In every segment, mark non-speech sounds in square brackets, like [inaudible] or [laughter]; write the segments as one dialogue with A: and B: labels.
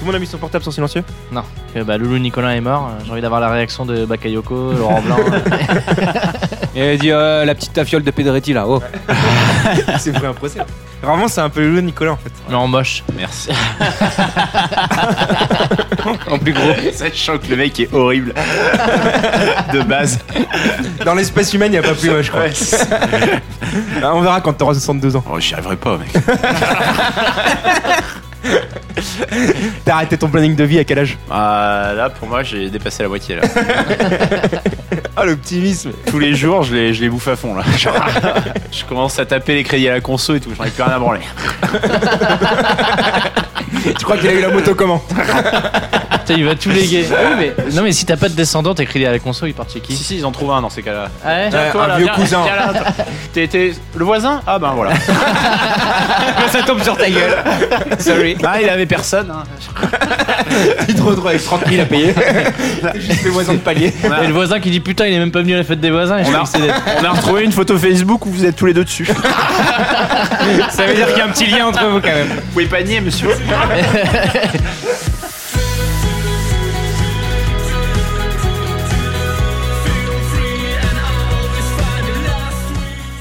A: le monde a mis son portable sur silencieux
B: Que, bah, Loulou Nicolas est mort. euh, J'ai envie d'avoir la réaction de Bakayoko, Laurent Blanc. euh,
C: [laughs]
D: Et il dit euh, la petite tafiole de Pedretti là. Oh.
A: [laughs] C'est vrai un procès. Vraiment, c'est un peu Loulou Nicolas en fait.
B: mais en moche.
C: Merci. [laughs]
D: En plus gros.
C: Sachant que le mec est horrible de base.
A: Dans l'espace humain, il n'y a pas plus moche, je crois.
C: Ouais, c'est-
A: Ah, On verra quand t'auras 62 ans.
C: oh, j'y arriverai pas, mec.
A: T'as arrêté ton planning de vie à quel âge
C: Ah, là, pour moi, j'ai dépassé la moitié. Là.
A: Ah, l'optimisme
C: Tous les jours, je les, je les bouffe à fond. Là. Genre, [laughs] je commence à taper les crédits à la conso et tout. J'en ai plus rien à branler.
A: Tu crois qu'il a eu la moto [laughs] comment
B: Putain, il va tout léguer. Ah oui, mais- Non, mais si t'as pas de descendant, t'es crédit à la conso, il part chez
C: Si,
B: qui
C: si, ils en trouvent un dans ces cas-là.
B: Ah ouais
A: Ouais, un vieux cousin.
C: T'étais le voisin Ah ben [laughs] voilà.
D: Ça tombe sur ta gueule. Sorry.
C: Ah, il avait personne. hein.
A: Il te retrouve avec 30 000 à payer. Juste les voisins de palier.
C: On, a,
B: Et le voisin qui dit putain, il est même pas venu à la fête des voisins. Et je
C: on a-
B: crois que c'est-
C: on a retrouvé une photo Facebook où vous êtes tous les deux dessus.
D: Ça veut dire qu'il y a un petit lien entre vous quand même.
C: Vous pouvez pas nier, monsieur.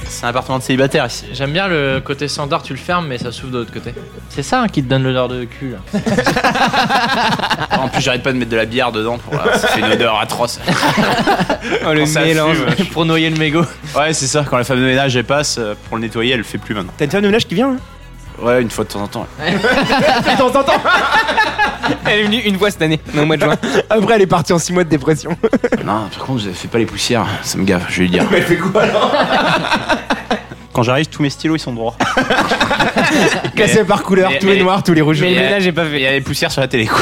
C: C'est un appartement de célibataire ici.
B: J'aime bien le côté standard, tu le fermes, mais ça s'ouvre de l'autre côté. C'est ça hein, qui te donne l'odeur de cul. là.
C: En plus, j'arrête pas de mettre de la bière dedans pour. euh, ça fait une odeur [laughs] atroce.
D: Oh, le
C: Quand ça
D: mélange.
C: fume.
B: [laughs] Pour noyer le mégot.
C: Ouais, c'est ça. Quand la femme de ménage elle passe euh, pour le nettoyer, elle le fait plus maintenant.
A: T'as une femme de ménage qui vient hein là
C: Ouais, une fois de temps en temps.
D: Elle est venue une fois cette année, au mois de juin.
A: [laughs] Après, elle est partie en 6 mois de dépression.
C: [laughs] Non, par contre, fais pas les poussières. hein, Ça me gave, je vais lui dire.
A: Elle fait quoi alors
C: [laughs] Quand j'arrive, tous mes stylos ils sont droits.
A: Cassé par couleur,
C: mais-
A: tous les
C: mais-
A: noirs, tous les rouges.
C: mais-
D: Le ménage j'ai pas
C: Il
D: fait.
C: y a les poussières sur la télé, quoi.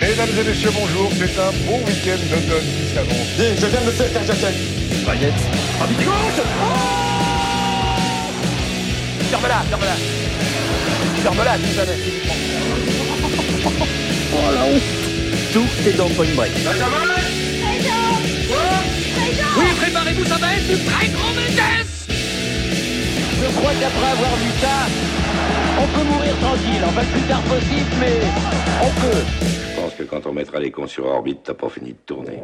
E: Mesdames et messieurs, bonjour, c'est un bon week-end d'automne qui s'avance. je viens de me faire un jacket. Baguette. Ah, mais gauche Ferme-la, ferme-la. Ferme-la, tu savais.
F: Je pense que quand on mettra les cons sur orbite, t'as pas fini de tourner.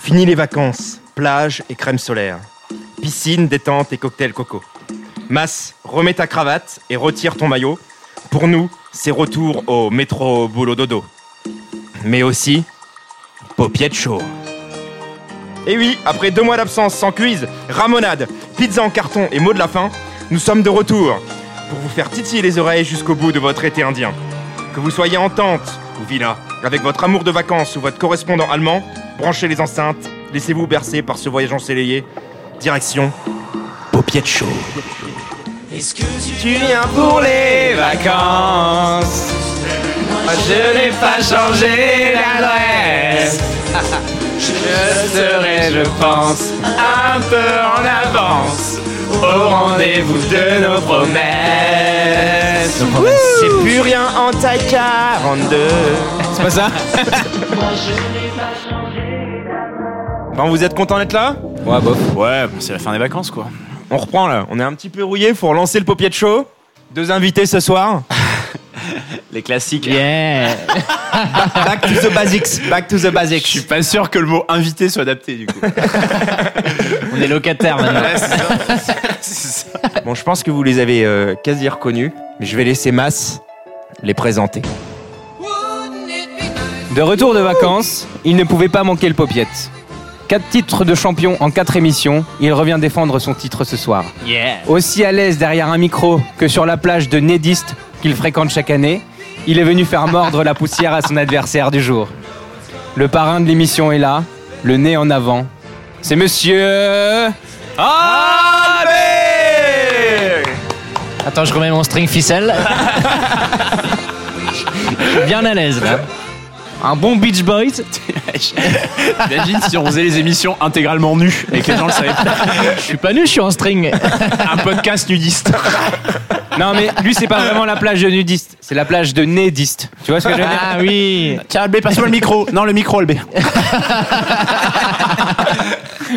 A: Fini les vacances, plage et crème solaire. Piscine, détente et cocktail coco. Masse, remets ta cravate et retire ton maillot. Pour nous, c'est retour au métro boulot dodo. Mais aussi, paupiette chaud. Et oui, après deux mois d'absence sans cuise, ramonade, pizza en carton et mots de la fin, nous sommes de retour pour vous faire titiller les oreilles jusqu'au bout de votre été indien. Que vous soyez en tente ou villa, avec votre amour de vacances ou votre correspondant allemand, branchez les enceintes, laissez-vous bercer par ce voyage ensoleillé. Direction Paupiette Chaud.
D: Tu viens pour les vacances. Moi, je n'ai pas changé d'adresse. Je serai, je pense, un peu en avance au rendez-vous de nos promesses.
A: C'est plus rien en taille 42.
D: C'est pas ça
A: Bon, vous êtes content d'être là
D: Ouais, bof.
C: Ouais, bon, c'est la fin des vacances, quoi.
A: On reprend là, on est un petit peu rouillé pour lancer le Paupiette Chaud. Deux invités ce soir.
C: Les classiques.
B: Yeah
A: Back to the basics. Back to the
C: Je suis
A: basics.
C: pas sûr que le mot invité soit adapté, du coup.
B: On est locataire maintenant.
C: Ouais, c'est ça. C'est ça.
A: Bon, je pense que vous les avez euh, quasi reconnus, mais je vais laisser Mass les présenter.
D: De retour de vacances, il ne pouvait pas manquer le popiette. Quatre titres de champion en quatre émissions, il revient défendre son titre ce soir.
B: Yeah
D: Aussi à l'aise derrière un micro que sur la plage de Nédiste qu'il fréquente chaque année, il est venu faire mordre la poussière à son adversaire du jour. Le parrain de l'émission est là, le nez en avant. C'est monsieur.
C: [laughs]
B: Attends, je remets mon string ficelle. bien à l'aise là. Un bon Beach Boys.
C: Imagine si on faisait les émissions intégralement nues et que les gens le savaient pas.
B: Je suis pas nu, je suis en string.
C: Un podcast nudiste.
D: Non, mais lui, c'est pas vraiment la plage de nudiste, c'est la plage de nédiste. Tu vois ce que je veux dire
B: Ah oui.
C: Tiens, Albé, passe-moi le micro. Non, le micro, Albé.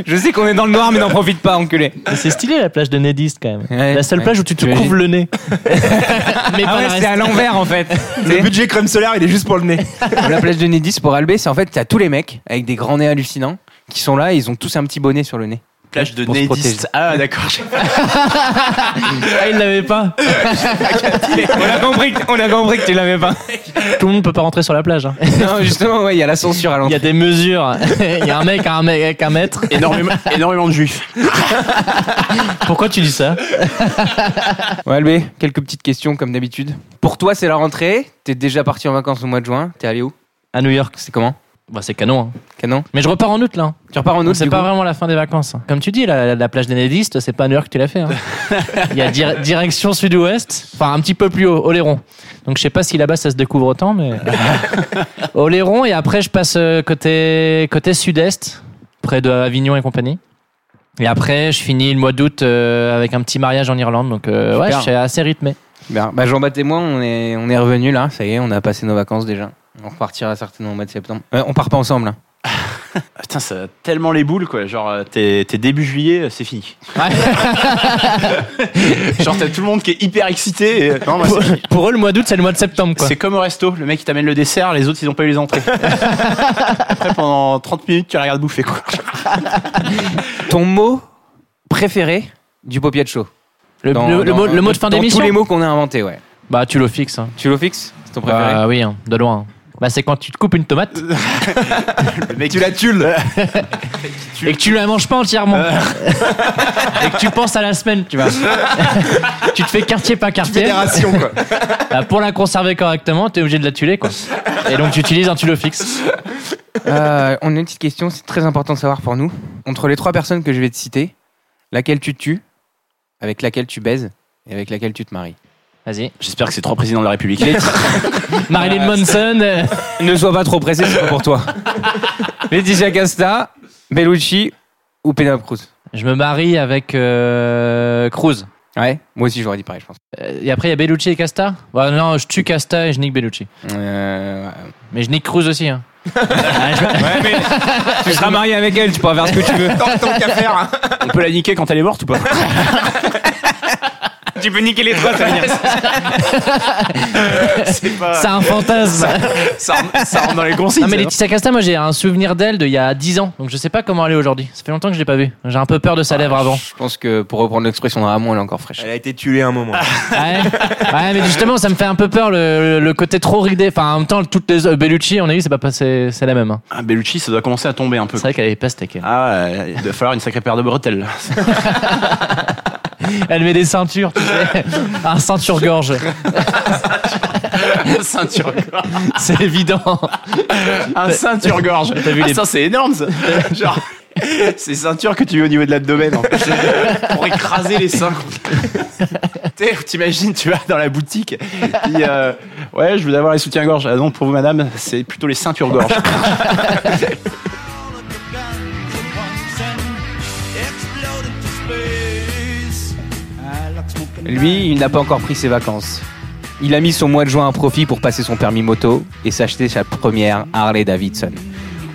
D: Je sais qu'on est dans le noir, mais n'en profite pas, enculé.
B: C'est stylé la plage de Nediste quand même.
D: Ouais,
B: la seule
D: ouais.
B: plage où tu te
D: Tu
B: couvres le
D: [laughs]
B: nez. Mais
D: Ah
B: pas le
D: ouais,
B: reste.
D: c'est à l'envers en [laughs] fait.
A: Le budget crème solaire, il est juste pour le nez.
D: la plage de Nédis pour Albé, c'est en fait, t'as tous les mecs avec des grands nez hallucinants qui sont là et ils ont tous un petit bonnet sur le nez.
C: Plage de
D: Pour se protéger.
C: nudiste. Ah, d'accord.
B: Ah, il l'avait pas.
D: [laughs] On a compris, que- on a compris que tu l'avais pas.
B: Tout le monde peut pas rentrer sur la plage. hein.
D: [laughs] Non, justement, ouais, il y a la censure à
B: Il y
D: l'entrée.
B: a des mesures. [laughs] Il y a un mec à un mec avec un mètre.
C: [laughs] Énormément, énormément de juifs.
B: Pourquoi tu dis ça
D: Ouais, Albé, quelques petites questions comme d'habitude. Pour toi, c'est la rentrée. T'es déjà parti en vacances au mois de juin. T'es allé où
B: À New York.
D: C'est comment
B: Bah c'est canon. hein.
D: Canon
B: Mais je repars en août là.
D: Tu repars en août
B: Donc, c'est
D: du
B: pas
D: coup
B: vraiment la fin des vacances. Comme tu dis, la, la plage des nudistes, c'est pas à New York que tu l'as fait. hein. Il y a dir- direction sud-ouest, enfin un petit peu plus haut, Oléron. Donc je sais pas si là-bas ça se découvre autant, mais Oléron et après je passe euh, côté côté sud-est, près de Avignon et compagnie. Et après je finis le mois d'août euh, avec un petit mariage en Irlande, donc euh, ouais,
D: Super.
B: je suis assez rythmé.
D: Bien. Bah, Jean-Baptiste et moi, on est, on est revenus là. Ça y est, on a passé nos vacances déjà. On repartira certainement au mois de septembre. Ouais, on part pas ensemble. hein.
C: Ah, Putain, ça a tellement les boules, quoi. Genre, euh, t'es t'es début juillet, euh, c'est fini. Genre, t'as tout le monde qui est hyper excité. et- euh, Non, moi,
B: pour,
C: c'est fini.
B: [laughs] pour eux le mois d'août c'est le mois de septembre quoi.
C: C'est comme au resto, le mec il t'amène le dessert, les autres ils ont pas eu les [laughs] entrées. Après pendant 30 minutes tu la regardes bouffer quoi.
D: Ton mot préféré du Popiat Show
B: Le,
D: Dans-
B: le- le
D: dans-
B: mot, le mot de
D: dans
B: fin
D: Tous les
B: d'émission.
D: mots qu'on a inventés, ouais.
B: Bah tu le fixes. hein.
D: Tu le fixes C'est ton préféré
B: Bah oui, hein, de loin. Bah c'est quand tu te coupes une tomate
C: Le mec, tu la tules
B: et que tu la manges pas entièrement. [laughs] et que tu penses à la semaine, tu vois. tu te fais quartier par quartier.
A: Fédération, quoi.
B: Bah, pour la conserver correctement, t'es obligé de la tuer quoi. Et donc tu utilises un tulo fixe.
D: Euh, on a une petite question, c'est très important de savoir pour nous. Entre les trois personnes que je vais te citer, laquelle tu tues, avec laquelle tu baises et avec laquelle tu te maries
B: Vas-y.
C: J'espère que c'est trois présidents de la République. [laughs]
B: Marilyn Manson. euh,
D: Ne sois pas trop pressé, c'est pas pour toi. [laughs] Laetitia Casta, Bellucci ou Penelope Cruz
B: Je me marie avec euh, Cruz.
D: Ouais, moi aussi j'aurais dit pareil, je pense.
B: Euh, Et après il y a Bellucci et Casta. Bah, non, je tue Casta et je nique Bellucci.
D: Euh, ouais.
B: Mais je nique Cruz aussi. Hein.
D: tu seras marié avec elle, tu pourras faire ce que tu veux.
A: Tant qu'à faire. hein.
C: On peut la niquer quand elle est morte ou pas
D: tu peux niquer les trois, ça veut dire.
C: C'est pas.
B: C'est un fantasme.
C: Ça, rentre- ça rentre dans les consignes.
B: Non mais
C: ça,
B: Laetitia Casta, moi j'ai un souvenir d'elle d'il y a 10 ans, donc je sais pas comment elle est aujourd'hui. Ça fait longtemps que je l'ai pas vue. J'ai un peu peur de sa lèvre avant.
D: Je pense que pour reprendre l'expression à elle est encore fraîche.
A: Elle a été tuée à un moment.
B: Ouais. [laughs] Ouais, mais justement ça me fait un peu peur le, le côté trop ridé. Enfin en même temps toutes les euh, Bellucci, on a vu c'est pas passé, c'est la même. hein.
C: non Ah, Bellucci ça doit commencer à tomber un peu.
B: C'est vrai qu'elle est pas steak, elle.
C: Ah, ouais, il doit falloir une sacrée paire de bretelles.
B: Elle met des ceintures, tu [laughs] sais. un ceinture gorge,
C: [laughs] ceinture gorge.
B: c'est évident.
C: Un ceinture [laughs] gorge.
B: T'as vu les-
C: Ah, Ça c'est énorme. [laughs] Ça. Genre, ces ceintures que tu mets au niveau de l'abdomen en fait. [laughs] pour écraser les seins. [laughs] Tu sais, T'imagines, tu vas dans la boutique. puis, euh, ouais, je veux avoir les soutiens-gorge. Ah non, pour vous madame, c'est plutôt les ceintures gorge.
D: Lui, il n'a pas encore pris ses vacances. Il a mis son mois de juin à profit pour passer son permis moto et s'acheter sa première Harley Davidson.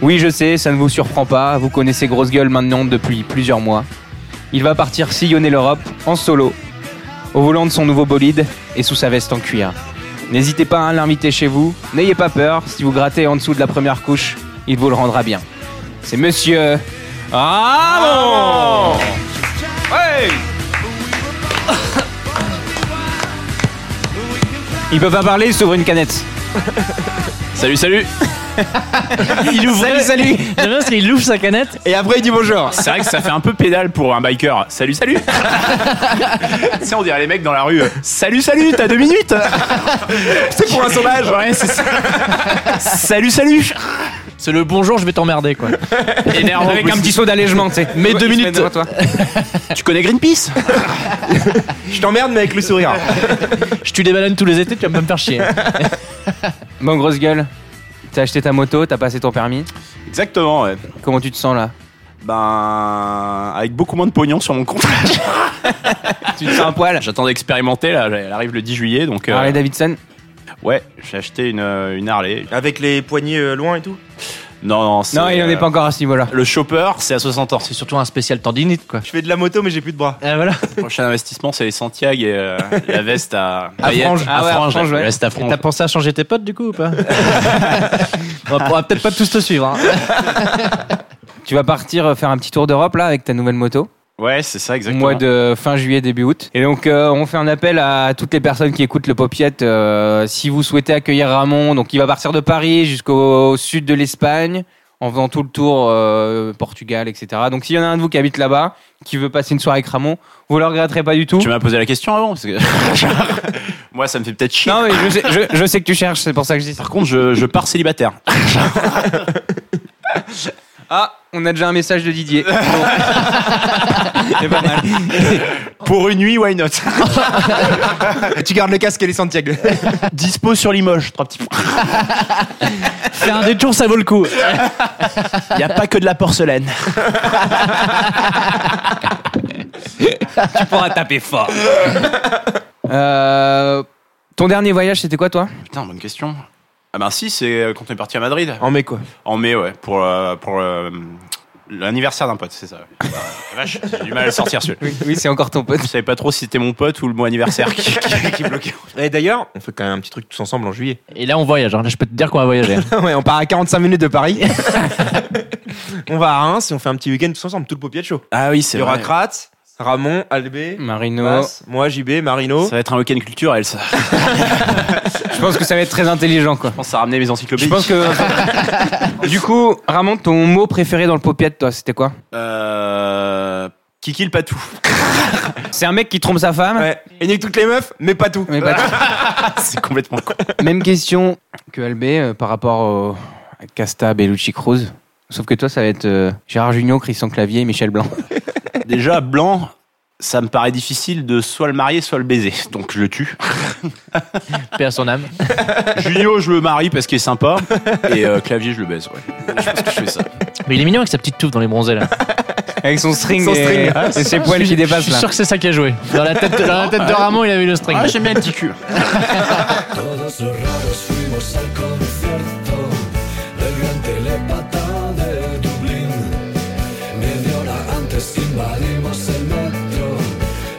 D: Oui, je sais, ça ne vous surprend pas, vous connaissez Grosse Gueule maintenant depuis plusieurs mois. Il va partir sillonner l'Europe en solo, au volant de son nouveau bolide et sous sa veste en cuir. N'hésitez pas à l'inviter chez vous, n'ayez pas peur, si vous grattez en dessous de la première couche, il vous le rendra bien. C'est monsieur. Ah Il peut pas parler, il s'ouvre une canette.
C: [laughs] Salut, salut.
B: Il ouvre. Salut, salut. J'aime bien parce qu'il ouvre sa canette.
C: Et après, il dit bonjour. C'est vrai que ça fait un peu pédale pour un biker. Salut, [laughs] salut. tu sais, on dirait les mecs dans la rue. euh, Salut, salut, t'as deux minutes. [laughs] c'est pour un sauvage. Ouais, c'est ça. [laughs] salut, salut.
B: C'est le bonjour, je vais t'emmerder quoi.
C: Énervant.
D: Avec un petit saut d'allègement, tu sais.
C: Mais deux
D: Il se met
C: minutes.
D: devant toi.
C: Tu connais Greenpeace
A: Je t'emmerde, mais avec le sourire.
B: Je tue des baleines tous les étés, tu vas pas me faire chier.
D: Bon, grosse gueule, t'as acheté ta moto, t'as passé ton permis.
C: Exactement, ouais.
D: Comment tu te sens là
C: Ben. Avec beaucoup moins de pognon sur mon compte.
D: [laughs] Tu te sens un poil
C: J'attends d'expérimenter, là. Elle arrive le 10 juillet, donc. euh,
D: Harley Davidson
C: ouais, j'ai acheté une, euh, une Harley.
A: Avec les poignets euh, loin et tout
C: Non, non, c'est,
D: Non, il en
C: euh,
D: est pas encore à ce niveau-là.
C: Le chopper, c'est à 60 ans.
B: C'est surtout un spécial tendinite, quoi.
A: Je fais de la moto, mais j'ai plus de bras.
B: Ah, voilà.
C: Le prochain investissement, c'est les Santiago et euh, la veste à.
B: À
C: paillettes.
B: franges.
C: À
D: Ah ouais, à
C: franges,
D: franges,
C: ouais.
D: ouais.
C: La veste à
B: Et
C: franges.
B: t'as pensé à changer tes potes, du coup, ou [laughs] pas On pourra peut-être pas tous te suivre. hein.
D: Tu vas partir euh, faire un petit tour d'Europe là avec ta nouvelle moto.
C: Ouais, c'est ça,
D: au
C: exactement.
D: mois de fin juillet, début août. Et donc, euh, on fait un appel à toutes les personnes qui écoutent le Popiette. euh, si vous souhaitez accueillir Ramon, donc il va partir de Paris jusqu'au sud de l'Espagne, en faisant tout le tour euh, Portugal, etc. Donc, s'il y en a un de vous qui habite là-bas, qui veut passer une soirée avec Ramon, vous le regretterez pas du tout.
C: Tu m'as posé la question avant, parce que. [laughs] Moi, ça me fait peut-être chier.
D: Non, mais je sais, je- je sais que tu cherches, c'est pour ça que je dis ça.
C: Par contre, je, je pars célibataire.
D: Ah, on a déjà un message de [laughs] Didier.
C: C'est pas mal. Pour une
A: [laughs]
C: nuit, why not
A: tu gardes le casque et les Santiago.
C: Dispo sur Limoges, trois petits points.
B: Faire un détour, ça vaut le coup.
C: Il n'y a pas que de la porcelaine.
D: tu pourras taper fort. Euh, ton dernier voyage, c'était quoi, toi
C: Putain, bonne question. Ah ben si, c'est quand on est parti à Madrid.
A: En mai quoi
C: En mai, ouais, pour, euh, pour euh, l'anniversaire d'un pote, c'est ça. ouais. Ah, La Vache, j'ai du mal à le sortir celui-là.
D: Oui, c'est encore ton pote.
C: Je savais pas trop si c'était mon pote ou le mot anniversaire qui, qui- qui bloquait.
A: Et d'ailleurs, on fait quand même un petit truc tous ensemble en juillet.
B: Et là, on voyage. hein. Là, je peux te dire qu'on va voyager.
A: ouais, on part à 45 minutes de Paris. [laughs] on va à Reims et on fait un petit week-end tous ensemble, tout le paupier de chaud.
C: Ah oui, c'est
A: Il y aura Kratz, Ramon, Albé,
D: Marino.
A: Mas, moi, JB, Marino.
C: Ça va être un week-end culturel, ça. Je
D: Je pense que ça va être très intelligent, quoi.
C: pense à ramener mes encyclopédies.
D: Je pense que. [laughs] du coup, Ramon, ton mot préféré dans le popiette, toi, c'était quoi
C: Euh... [laughs] Kiki le patou.
D: C'est un mec qui trompe sa femme
A: Ouais. Et nique toutes les meufs, mais pas tout.
D: mais pas
C: c'est complètement con.
D: tout. Même question que Albé euh, par rapport au... à Casta, Bellucci, Cruz. Sauf que toi, ça va être euh, Gérard Junior, Christian Clavier et Michel Blanc.
C: Déjà, blanc, ça me paraît difficile de soit le marier, soit le baiser. Donc je le tue.
B: [laughs] Paix à son âme.
C: Junio, je le marie parce qu'il est sympa. Et euh, clavier, je le baise, ouais. Je pense que je fais ça.
B: Mais il est mignon avec sa petite touffe dans les bronzés, là.
D: Avec son string,
A: Son
D: et...
A: string.
D: et ses poils qui
B: Je
D: dépassent,
B: suis
D: là.
B: sûr que c'est ça qui a joué. Dans la tête de, dans la tête de Ramon, il a vu le string.
C: Ah, j'aime bien le petit cul.
G: Todos raros fuimos al concierto del gran telepata de Dublín. Media hora antes invadimos el metro.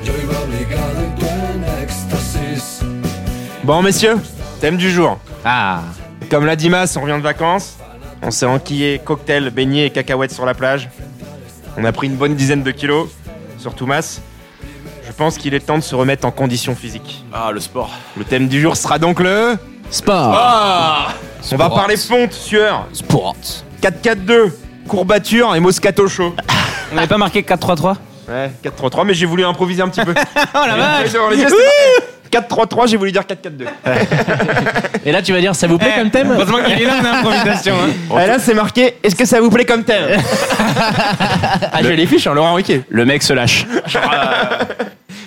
G: Yo iba obligado y tú en éxtasis.
A: Bon, messieurs, thème du jour.
B: Ah.
A: Comme l'a dit Mas, on revient de vacances. On s'est enquillé, cocktail, beignets et cacahuètes sur la plage. On a pris une bonne dizaine de kilos, surtout Mas. Je pense qu'il est temps de se remettre en condition physique.
C: Ah, le sport.
A: Le thème du jour sera donc le. Ah.
B: Sport.
A: On va parler fonte, sueur,
B: Sport.
A: 4-4-2, courbature et moscato chaud.
D: On n'avait pas marqué 4-3-3
A: Ouais, 4-3-3, mais j'ai voulu improviser un petit peu.
D: Oh la vache
A: Sur les gestes, c'est pas- 4-3-3, j'ai voulu dire 4-4-2.
B: Et là, tu vas dire, ça vous plaît comme thème
D: Heureusement qu'il est là en improvisation. hein.
A: Ah, là, c'est marqué, est-ce que ça vous plaît comme [laughs] thème Ah, j'ai les fiches, hein, Laurent Riquet.
C: Le mec se lâche.
B: [laughs]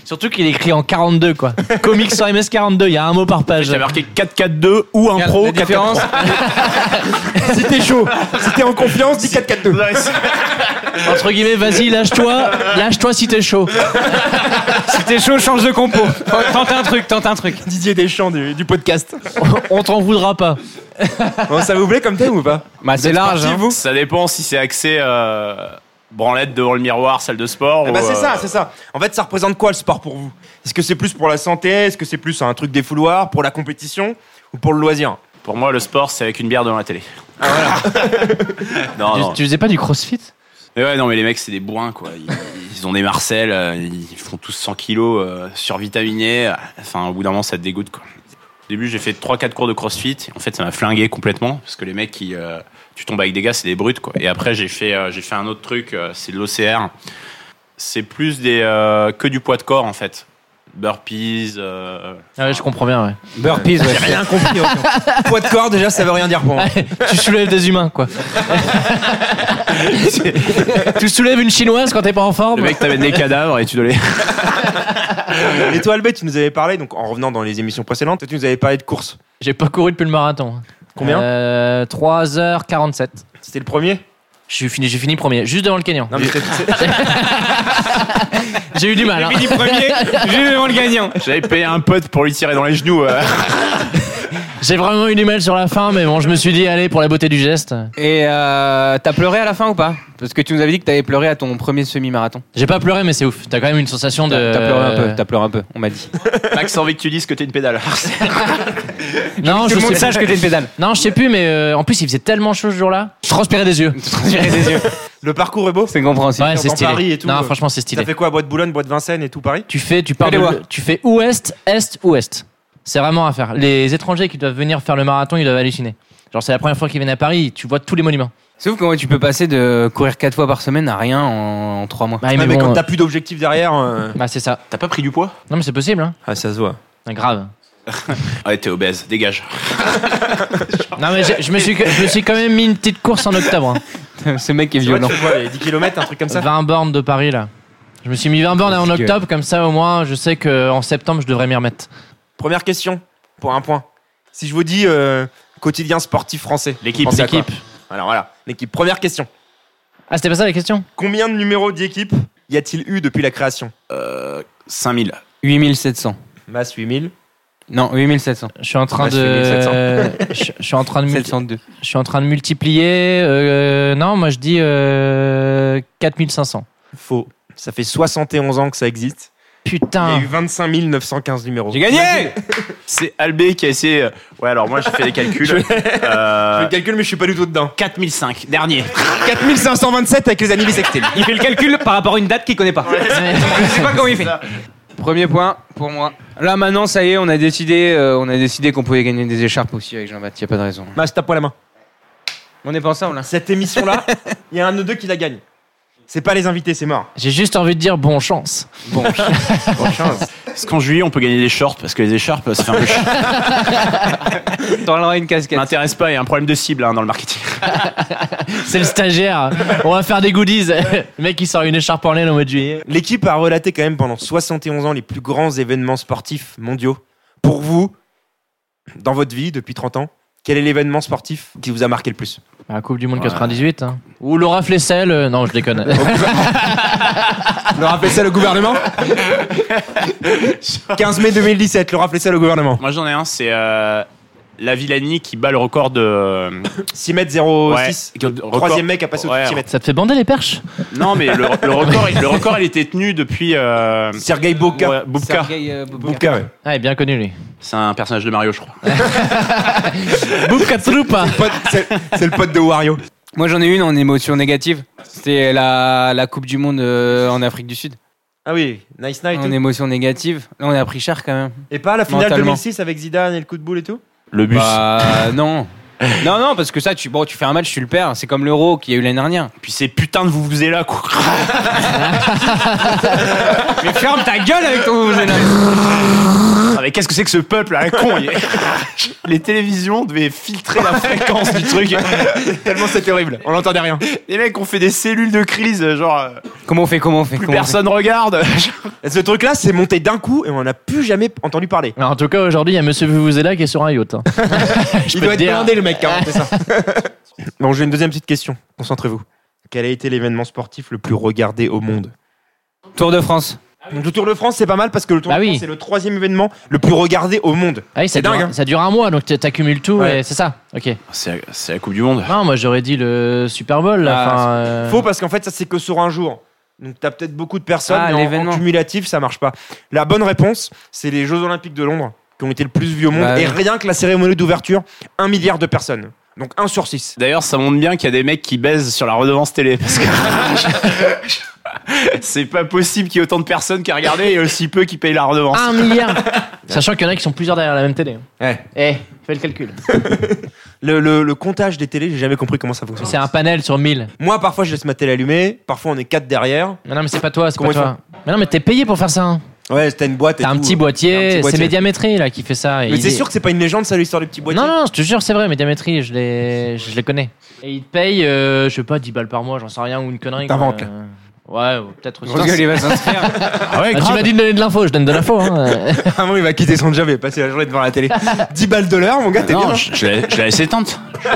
B: Surtout qu'il écrit en 42, quoi. Comics sur MS42, il y a un mot par page.
C: J'ai marqué 4-4-2 ou un
D: Regarde,
C: pro.
D: la différence,
A: Si t'es chaud, si t'es en confiance, dis 4-4-2.
B: Entre guillemets, vas-y, lâche-toi, lâche-toi si t'es chaud.
D: si t'es chaud, change de compo. Tente un truc, tente un truc.
A: Didier Deschamps du, du podcast.
B: On t'en voudra pas.
A: Bon, ça vous plaît comme thème ou pas
D: Bah, c'est large. hein.
A: vous
C: Ça dépend si c'est axé euh, branlette devant le miroir, salle de sport.
A: Eh ben,
C: ou,
A: c'est
C: euh,
A: ça, c'est ça. En fait, ça représente quoi le sport pour vous Est-ce que c'est plus pour la santé Est-ce que c'est plus un truc des fouloirs Pour la compétition Ou pour le loisir
C: Pour moi, le sport, c'est avec une bière devant la télé.
A: Ah,
C: [laughs] non,
B: Tu,
C: non.
B: tu faisais pas du crossfit
C: Mais ouais, non, mais les mecs, c'est des bourrins, quoi. Ils, [laughs] ils ont des Marcel, euh, ils font tous 100 kilos, euh, survitaminés. Enfin, au bout d'un moment, ça te dégoûte, quoi. Au début, j'ai fait 3-4 cours de crossfit. En fait, ça m'a flingué complètement. Parce que les mecs, qui, euh, tu tombes avec des gars, c'est des brutes, quoi. Et après, j'ai fait, euh, j'ai fait un autre truc, euh, c'est de l'OCR. C'est plus des, euh, que du poids de corps, en fait. Burpees. euh,
B: ah ouais, je comprends bien, ouais.
D: Burpees, ouais.
A: Rien compris. [laughs]
B: Ah,
A: Poids de corps, déjà, ça veut rien dire pour moi.
B: [laughs] tu soulèves des humains, quoi. tu soulèves une chinoise quand t'es pas en forme
C: Le mec t'amène [laughs] des cadavres et tu dois les.
A: Et toi, Albert, tu nous avais parlé, donc en revenant dans les émissions précédentes, tu nous avais parlé de course.
B: J'ai pas couru depuis le marathon.
A: Combien
B: euh, 3h47.
A: C'était le premier
B: Je suis fini, j'ai fini premier, juste devant le Kenyan.
A: Non, mais c'est- c'est- [laughs]
B: J'ai eu du mal. hein.
A: fini premier
D: Juste devant le gagnant.
C: J'avais payé un pote pour lui tirer dans les genoux. euh.
B: J'ai vraiment eu du mal sur la fin, mais bon, je me suis dit, allez, pour la beauté du geste.
D: Et euh, t'as pleuré à la fin ou pas Parce que tu nous avais dit que t'avais pleuré à ton premier semi-marathon.
B: J'ai pas pleuré, mais c'est ouf. T'as quand même une sensation de.
D: T'as t'as pleuré un peu, t'as pleuré un peu, on m'a dit.
C: Max a envie que tu dises que t'es une pédale.
B: Non,
D: Tout
B: je
D: le monde
B: sais,
D: sache que t'es une [laughs] pédale.
B: non, je sais plus, mais euh, en plus, il faisait tellement chaud ce jour-là. Je transpirais des yeux.
D: des yeux.
A: Le parcours est beau
D: C'est compréhensible.
B: Ouais, c'est
A: dans
B: stylé.
A: Paris et tout,
B: non,
A: euh,
B: franchement, c'est
A: T'as
B: stylé.
A: fait quoi Bois de Boulogne, Bois de Vincennes et tout Paris
B: Tu fais, tu pars
D: Que
B: de
D: des
B: l-
D: voix.
B: tu fais ouest, est, ouest. C'est vraiment à faire. Les étrangers qui doivent venir faire le marathon, ils doivent halluciner. Genre, c'est la première fois qu'ils viennent à Paris, tu vois tous les monuments.
D: [laughs] Sauf que ouais, tu peux passer de courir 4 fois par semaine à rien en 3 mois.
B: Bah,
A: Ah,
B: mais
A: mais
B: bon,
A: quand
B: euh,
A: t'as plus d'objectifs derrière. euh,
B: bah, c'est ça.
C: T'as pas pris du poids
B: Non, mais c'est possible, hein.
A: Ah, ça se voit.
B: Ah, Grave.
C: Ouais, Ah, t'es obèse, dégage.
B: Non, mais j'ai- je me, suis, que- je me suis quand même mis une petite course en octobre. hein.
D: [laughs] Ce mec est
A: C'est vrai,
D: violent.
A: tu fais quoi, les 10 km, un truc comme ça
B: 20 bornes de Paris, là. Je me suis mis 20 bornes en
D: Parce que-
B: octobre, comme ça, au moins, je sais qu'en septembre, je devrais m'y remettre.
A: Première question, pour un point. Si je vous dis euh, quotidien sportif français,
C: L'équipe,
A: pensez à quoi
B: L'équipe.
A: Alors voilà, l'équipe. Première question.
B: Ah, c'était pas ça la question
A: Combien de numéros d'équipe y a-t-il eu depuis la création
C: 5000.
D: 8700.
A: Mass 8000.
D: Non, 8700.
B: Je suis en train
A: Bah,
B: de.
A: je suis 1700.
B: [laughs] je, je suis en train de. multi-
D: 702.
B: Je suis en train de multiplier. euh, non, moi je dis euh, 4500.
A: Faux. Ça fait 71 ans que ça existe. Il y a
B: Putain.
A: eu 25 915 numéros.
D: J'ai gagné
C: C'est Albé qui a essayé. euh, Ouais, alors moi j'ai fait les [laughs] calculs.
A: Je fais
C: Euh,
A: le calcul, mais je suis pas du tout dedans.
C: 4005, dernier.
A: 4527 avec les années bissextiles.
D: Il fait le calcul par rapport à une date qu'il connaît pas. Je sais pas comment il fait. [laughs] Premier point pour moi. Là maintenant, ça y est, on a décidé, euh, on a décidé qu'on pouvait gagner des écharpes aussi avec Jean-Baptiste. Y a pas de raison.
A: Mass, tape-moi la main.
D: On est pas ensemble. Là.
A: Cette [laughs] émission-là, il y a un de nous deux qui la gagne. C'est pas les invités, c'est mort.
B: J'ai juste envie de dire bon chance.
D: Bon,
C: Parce qu'en juillet on peut gagner des shorts parce que les écharpes ça fait un peu chier.
D: t'enlèveras une casquette.
C: M'intéresse pas, il y a un problème de cible hein, dans le marketing.
B: C'est le stagiaire. On va faire des goodies. Le mec il sort une écharpe en laine au mois de juillet.
A: L'équipe a relaté quand même pendant 71 ans les plus grands événements sportifs mondiaux. Pour vous, dans votre vie depuis 30 ans, quel est l'événement sportif qui vous a marqué le plus
B: La Bah, Coupe du Monde
C: Ouais.
B: 98. hein. Ou Laura Flessel. euh, non, je déconne.
A: [laughs] Le rappelez Ah, ça le [laughs] gouvernement 15 mai 2017, le rappelez ça le gouvernement.
C: Moi j'en ai un, c'est euh, la Villani qui bat le record de. euh,
A: 6 mètres 06,
C: Ouais, record-
A: troisième mec a passé au-dessus
C: Ouais,
A: de 6 mètres.
B: ça te fait bander les perches
C: Non mais le, le record, il- le record il était tenu depuis. euh,
A: Sergei Boka.
C: ouais, Bubka.
D: Sergueï, euh, Bubka.
A: Boubka, ouais.
B: Ah, il est bien connu lui.
C: C'est un personnage de Mario, je crois.
A: [laughs]
B: Boubka Troupa.
A: Pote- C'est c'est le pote de Wario.
D: Moi j'en ai une en émotion négative. C'était la, la Coupe du Monde euh, en Afrique du Sud.
A: Ah oui, nice night.
D: En émotion négative. Là on a pris cher quand même.
A: Et pas la finale
D: Mentalement.
A: 2006 avec Zidane et le coup de boule et tout
C: Le bus.
D: Bah non. [laughs] Non, non, parce que ça, tu, bon, tu fais un match, tu le perds. C'est comme l'euro qu'il y a eu l'année dernière.
C: Puis ces putains de vous vous là quoi.
D: Mais ferme ta gueule avec ton
C: Ah, mais qu'est-ce que c'est que ce peuple à la con il est- [laughs] Les télévisions devaient filtrer la fréquence du truc.
A: Tellement c'était horrible, on n'entendait rien.
C: Les mecs ont fait des cellules de crise, genre euh,
D: Comment on fait Comment on fait
C: plus
D: comment on fait
C: personne regarde.
A: Ce truc-là, c'est monté d'un coup et on n'a plus jamais entendu parler.
B: Alors, en tout cas, aujourd'hui, il y a Monsieur Vuvuzela qui est sur un yacht. hein. Je
A: Il
B: peux
A: doit
B: te
A: être
B: dire.
A: blindé le mec, hein, c'est ça. [laughs] bon, j'ai une deuxième petite question. Concentrez-vous. Quel a été l'événement sportif le plus regardé au monde
D: Tour de France.
A: Donc, Le Tour de France, c'est pas mal parce que le Tour
B: Bah
A: de
B: oui.
A: France, c'est le troisième événement le plus regardé au monde.
B: Ah oui, ça
A: C'est
B: dure,
A: dingue, hein.
B: ça dure un mois, donc t- t'accumules tout
A: Ouais.
B: et c'est ça. Ok.
C: [laughs] C'est c'est la Coupe du Monde.
B: Non, moi j'aurais dit le Super Bowl. Là.
D: Ah,
B: Enfin, euh,
A: Faux parce qu'en fait, ça c'est que sur un jour. Donc t'as peut-être beaucoup de personnes,
D: Ah,
A: mais en- en,
D: l'événement.
A: cumulatif, ça marche pas. La bonne réponse, c'est les Jeux Olympiques de Londres qui ont été le plus vieux au monde
D: Bah
A: et
D: oui.
A: rien que la cérémonie d'ouverture, un milliard de personnes. Donc 1 sur 6.
C: D'ailleurs, ça montre bien qu'il y a des mecs qui baisent sur la redevance télé. [laughs] Parce que. C'est pas possible qu'il y ait autant de personnes qui regardent et aussi peu qui payent la redevance.
B: Un milliard Sachant qu'il y en a qui sont plusieurs derrière la même télé.
A: Ouais.
B: Eh, fais le calcul.
A: Le, le- le comptage des télés, j'ai jamais compris comment ça fonctionne.
B: C'est un panel sur 1000.
A: Moi, parfois, je laisse ma télé allumée, parfois on est quatre derrière.
B: Mais non, mais c'est pas toi, c'est
A: Comment
B: pas
A: ils
B: toi. Mais non, mais t'es payé pour faire ça. hein.
H: Ouais, c'était une boîte. et
B: T'as un
H: tout. euh,
B: petit
H: Un petit
B: boîtier, c'est
H: boîtier.
B: Médiamétrie là qui fait ça. et
H: Mais
B: il
H: c'est
B: est-
H: sûr que c'est pas une légende, ça, l'histoire du petit boîtier.
B: Non,
H: [laughs]
B: non, je te jure, c'est vrai, Médiamétrie, je les, je les connais. Et ils te payent, euh, je sais pas, 10 balles par mois, j'en sais rien, ou une connerie. quoi.
H: T'inventes, là.
B: Ouais, ou peut-être aussi.
D: Grosse gueule, il va s'inscrire.
H: Ah ouais,
B: Ah, tu m'as dit de donner de l'info, je donne de l'info. hein.
H: Ah bon, il va quitter son job et passer la journée devant la télé. 10 balles de l'heure, mon gars, t'es bien.
C: Non, je, je la- je la laisse [laughs] éteinte. Je,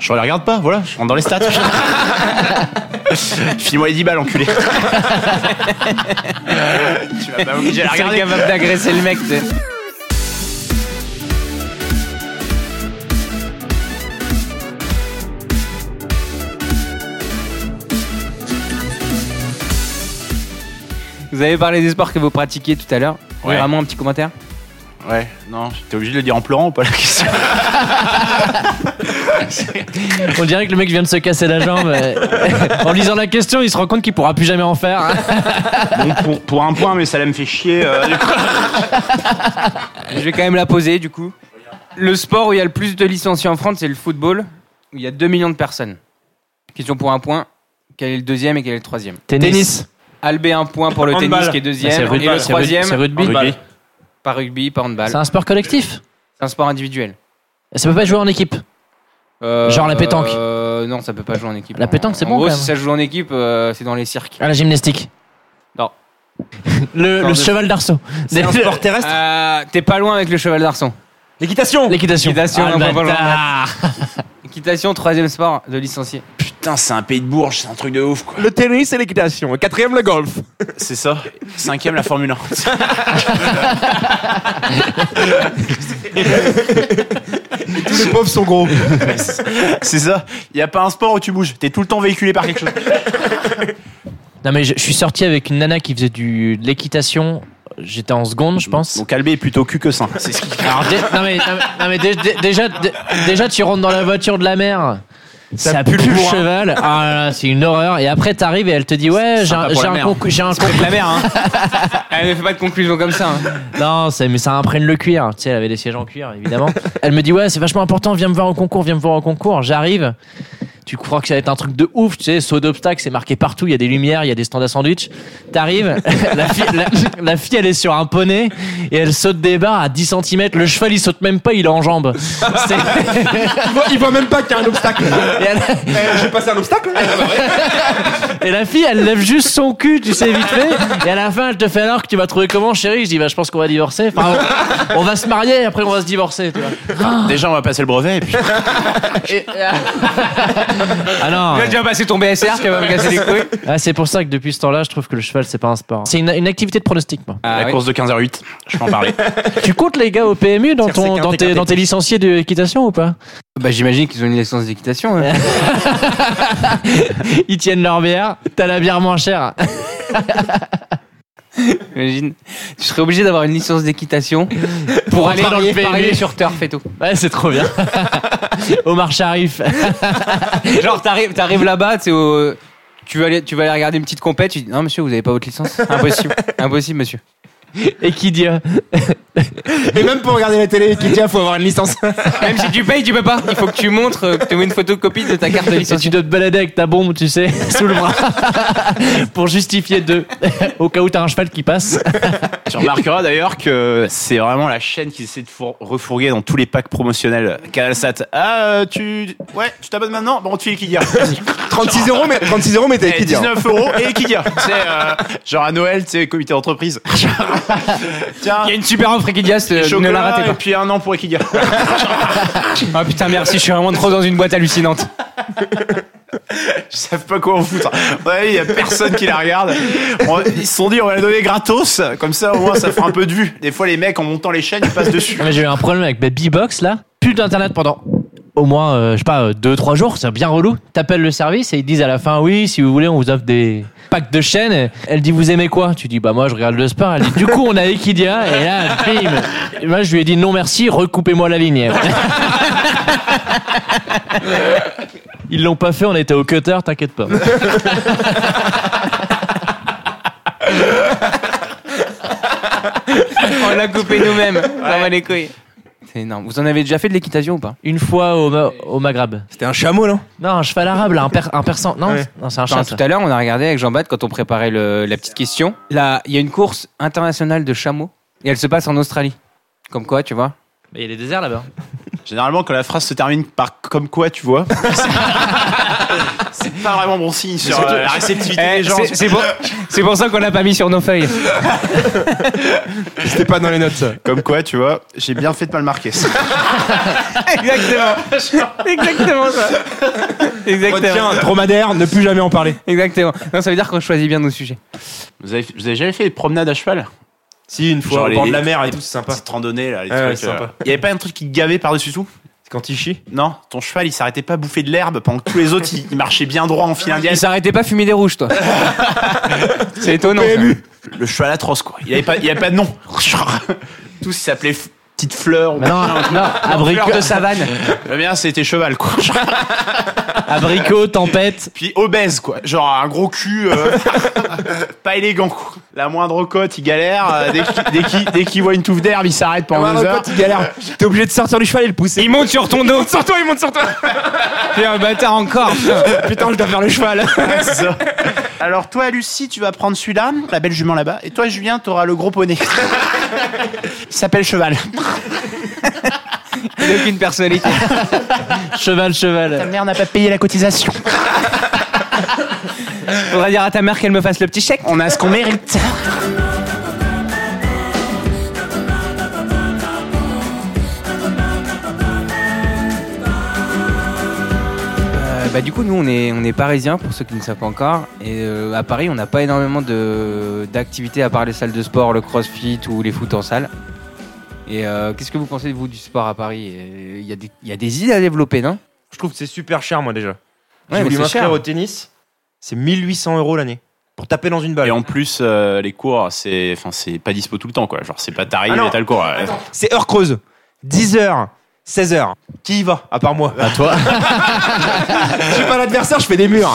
C: je la regarde pas, voilà, je rentre dans les [laughs] stats. File-moi les 10 balles, enculé. tu vas pas m'obliger à la
D: C'est
C: regarder.
D: capable d'agresser le mec. t'sais. Vous avez parlé des sports que vous pratiquiez tout à l'heure. Vous voulez
C: Ouais.
D: Vraiment un petit commentaire.
C: [laughs] Ouais, non, t'es obligé de le dire en pleurant ou pas la question
B: On dirait que le mec vient de se casser la jambe. euh, [laughs] en lisant la question, il se rend compte qu'il pourra plus jamais en faire. hein.
C: Bon, pour, pour un point, mais ça là me fait chier. euh, du coup.
D: Je vais quand même la poser du coup. Le sport où il y a le plus de licenciés en France, c'est le football, où il y a 2 millions de personnes. Question pour un point. Quel est le deuxième et quel est le troisième
B: Tennis.
D: Albé un point pour le
H: Handball.
D: tennis qui est
B: Ah,
D: deuxième
B: C'est rugby,
D: et le
B: c'est rugby,
D: troisième
B: c'est rugby.
C: Rugby.
D: pas rugby, pas handball.
B: C'est un sport collectif.
D: C'est un sport individuel.
B: Ça peut pas jouer en équipe.
D: Euh,
B: Genre la pétanque.
D: euh, non, ça peut pas jouer en équipe.
B: La pétanque, c'est
D: En
B: bon,
D: gros,
B: quand
D: si
B: même.
D: ça joue en équipe, euh, c'est dans les cirques.
B: À la gymnastique.
D: Non.
B: [laughs] Le,
D: Non,
B: le
D: je-
B: cheval d'arceau.
H: C'est
B: [laughs]
H: un sport terrestre.
D: Euh, T'es pas loin avec le cheval d'arçon.
H: L'équitation.
B: L'équitation.
D: L'équitation,
B: Ah,
D: on
B: le
D: va pas le
B: bâtard.
D: Équitation, troisième sport de licencié.
C: Putain, c'est un pays de bourges, c'est un truc de ouf quoi.
H: Le tennis et l'équitation. Quatrième, le golf.
C: C'est ça. Cinquième, la Formule 1.
H: Tous les pauvres sont gros.
C: C'est ça. Il a pas un sport où tu bouges. T'es tout le temps véhiculé par quelque chose.
B: Non, mais je, je suis sorti avec une nana qui faisait du, de l'équitation. J'étais en seconde, je pense.
C: Donc Albé est plutôt cul que sein. C'est ce qui.
B: Alors, dé- non, mais, non, mais- non, mais dé- dé- déjà, dé- déjà, tu rentres dans la voiture de la mer. Ça, pue le cheval. Ah là là, c'est une horreur. Et après, t'arrives et elle te dit Ouais, j'ai un,
C: pour
B: j'ai
C: la
B: un
C: mer.
B: concours. j'ai un concours.
D: La mer, hein. Elle ne fait pas de conclusion comme ça. hein. [laughs]
B: Non, c'est- mais ça imprègne le cuir. Tu sais, elle avait des sièges en cuir, évidemment. Elle me dit Ouais, c'est vachement important, viens me voir au concours, viens me voir au concours. J'arrive. Tu crois que ça va être un truc de ouf, tu sais, saut d'obstacle, c'est marqué partout, il y a des lumières, il y a des stands à sandwich. T'arrives, [laughs] la, fille- la- la fille, elle est sur un poney et elle saute des barres à 10 cm. Le cheval, il saute même pas, il est en jambes. C'est-
H: Il voit, il voit même pas qu'il y a un obstacle.
B: et elle-
H: Euh, J'ai passé un obstacle.
B: Et la fille, elle lève juste son cul, tu sais, vite fait. Et à la fin, elle te fait alors que tu m'as trouvé comment, chérie Je dis, bah, je pense qu'on va divorcer. Enfin, on, on va se marier et après, on va se divorcer, tu vois.
C: Déjà, on va passer le brevet et puis.
B: Et- euh, ah non.
D: Tu as déjà passé ton BSR, tu vas me casser les couilles. [laughs]
B: Ah, c'est pour ça que depuis ce temps-là, je trouve que le cheval, c'est pas un sport. C'est une, une activité de pronostic, moi.
D: Ah,
C: la
D: oui.
C: course de 15h08. Je peux en parler.
B: Tu comptes les gars au PMU dans, ton,
H: Tiercé,
B: dans,
H: quinté,
B: tes,
H: quinté.
B: dans tes licenciés d'équitation ou pas
D: Bah, J'imagine qu'ils ont une licence d'équitation. [laughs] hein.
B: Ils tiennent leur bière, t'as la bière moins chère.
D: Imagine. Tu serais obligé d'avoir une licence d'équitation pour aller dans le
B: parier
D: parier sur turf et tout.
B: Ouais, c'est trop [laughs] bien. Omar Sharif.
D: Genre, t'arrives, t'arrives là-bas, tu sais, au- tu vas aller, tu vas aller regarder une petite compète, tu dis non monsieur, vous avez pas votre [laughs] licence, impossible, impossible monsieur.
B: Et qui dit euh,
H: Et même pour regarder la télé, qui tient, faut avoir une licence.
D: Ah, Même si tu payes, tu peux pas. Il faut que tu montres, euh, que tu mets une photocopie de ta carte de
B: Et
D: licence.
B: tu dois te balader avec ta bombe, tu sais, [laughs] sous le bras, pour justifier deux, [laughs] au cas où t'as un cheval qui passe.
C: Tu remarqueras d'ailleurs que c'est vraiment la chaîne qui essaie de four- refourguer dans tous les packs promotionnels. Canalsat. Ah, euh, tu. Ouais, tu t'abonnes maintenant Bon, on te file Equidia.
H: 36 euros, mais 36 euros, mais t'as
C: Eh,
H: équidia.
C: 19 euros et Equidia. [laughs] C'est euh, genre à Noël, tu sais, comité [laughs] d'entreprise. Tiens.
D: Il y a une super offre Equidia, c'est- ne
C: chocolat
D: la ratez
C: et puis un an pour Equidia.
D: pas. Ah putain merci, je suis vraiment trop dans une boîte hallucinante.
C: Ils savent pas quoi en foutre. Ouais, il y a personne qui la regarde. On- ils se sont dit, on va la donner gratos. Comme ça, au moins, ça fera un peu de vue. Des fois, les mecs, en montant les chaînes, ils passent dessus.
B: Non, mais j'ai eu un problème avec ma B-Box là. Plus d'internet pendant au moins, euh, je sais pas, 2-3 jours, c'est bien relou. T'appelles le service et ils disent à la fin, oui, si vous voulez, on vous offre des packs de chaînes. Et Elle dit, vous aimez quoi Tu dis, bah moi, je regarde le sport. Elle dit, du coup, on a Equidia. Et là, bim Et Moi, je lui ai dit, non merci, recoupez-moi la ligne. Ils l'ont pas fait, on était au cutter, t'inquiète pas.
D: On l'a coupé nous-mêmes, ça va les couilles. C'est énorme. Vous en avez déjà fait de l'équitation ou pas
B: Une fois au, Ma- au Maghreb.
I: C'était un chameau, non
B: Non, un cheval arabe, là, un, per- un persan. Non,
I: Ouais.
B: non c'est un
D: Enfin,
B: chat. ça.
D: tout à l'heure, on a regardé avec Jean-Baptiste quand on préparait le- la petite question. Là, il y a une course internationale de chameaux et elle se passe en Australie. Comme quoi, tu vois
B: Mais il y a des déserts là-bas.
C: Généralement, quand la phrase se termine par comme quoi, tu [laughs] vois, c'est- c'est pas vraiment bon signe sur euh, la réceptivité
D: Eh,
C: des gens.
D: c'est- C'est pour,
H: [laughs]
D: c'est pour ça qu'on l'a pas mis sur nos feuilles.
A: C'était pas dans les notes, ça.
C: Comme quoi, tu vois, j'ai bien fait de pas le marquer. ça.
D: Exactement ça. Exactement.
A: Tiens, dromadaire, ne plus jamais en parler.
D: Exactement. Non, ça veut dire qu'on choisit bien nos sujets.
C: Vous avez, vous avez jamais fait des promenades à cheval
A: Si, une
C: Genre
A: fois,
C: les-
A: au bord de la mer et
C: les
A: tout, c'est sympa. Ah
C: Petite randonnée, là, les
A: Ouais,
C: trucs. euh.
A: c'est sympa.
C: Il y avait pas un truc qui gavait par-dessus tout
A: Quand il chie.
C: Non, ton cheval, il s'arrêtait pas à bouffer de l'herbe pendant que tous les autres, ils, ils marchaient bien droit en file indienne.
D: Il s'arrêtait pas à fumer des rouges, [laughs] toi. C'est étonnant. ça.
C: Le cheval atroce, quoi. Il avait pas, il avait pas de nom. [laughs] Tous, ils s'appelaient F- Petite Fleur ou
B: Mais non, non, abricot,
C: Fleur de Savane. Le mien, c'était Cheval, quoi. [laughs]
B: abricot, tempête.
C: Puis obèse, quoi. Genre un gros cul, euh, [laughs] pas élégant, quoi. La moindre côte, il galère. euh, dès qu'il- dès qu'il dès qu'il voit une touffe d'herbe, il s'arrête pendant deux heures.
A: il galère. T'es obligé de sortir du cheval et le pousser.
D: Il monte sur ton dos.
A: [laughs] Sur toi, il monte sur toi.
D: T'es un bâtard encore.
A: Putain, je dois faire le cheval.
C: Ouais, [laughs] c'est ça. Alors toi, Lucie, tu vas prendre celui-là, la belle jument là-bas. Et toi, Julien, t'auras le gros poney. il s'appelle Cheval.
D: Il n'a aucune personnalité.
B: Cheval,
C: Ta
B: cheval.
C: mère n'a pas payé la cotisation.
D: Faudra dire à ta mère qu'elle me fasse le petit chèque.
C: On a ce qu'on mérite.
D: Euh, bah, du coup, nous, on est, on est parisiens, pour ceux qui ne savent pas encore. Et euh, à Paris, on n'a pas énormément de- d'activités à part les salles de sport, le crossfit ou les foot en salle. Et euh, qu'est-ce que vous pensez, vous, du sport à Paris Et Il y, a des- il y a des idées à développer, non
A: Je trouve que c'est super cher, moi, déjà.
D: Ouais,
A: J'ai voulu
D: mais c'est cher.
A: m'inscrire au tennis. C'est 1800 euros l'année. Pour taper dans une balle.
C: Et en plus, euh, les cours, c'est, enfin, c'est pas dispo tout le temps, quoi. Genre, c'est pas t'arrives
A: Ah non.
C: et t'as le cours.
A: C'est heure creuse. 10h, 16h. Qui y va À part moi.
C: À toi.
A: [laughs] Je suis pas l'adversaire, je fais des murs.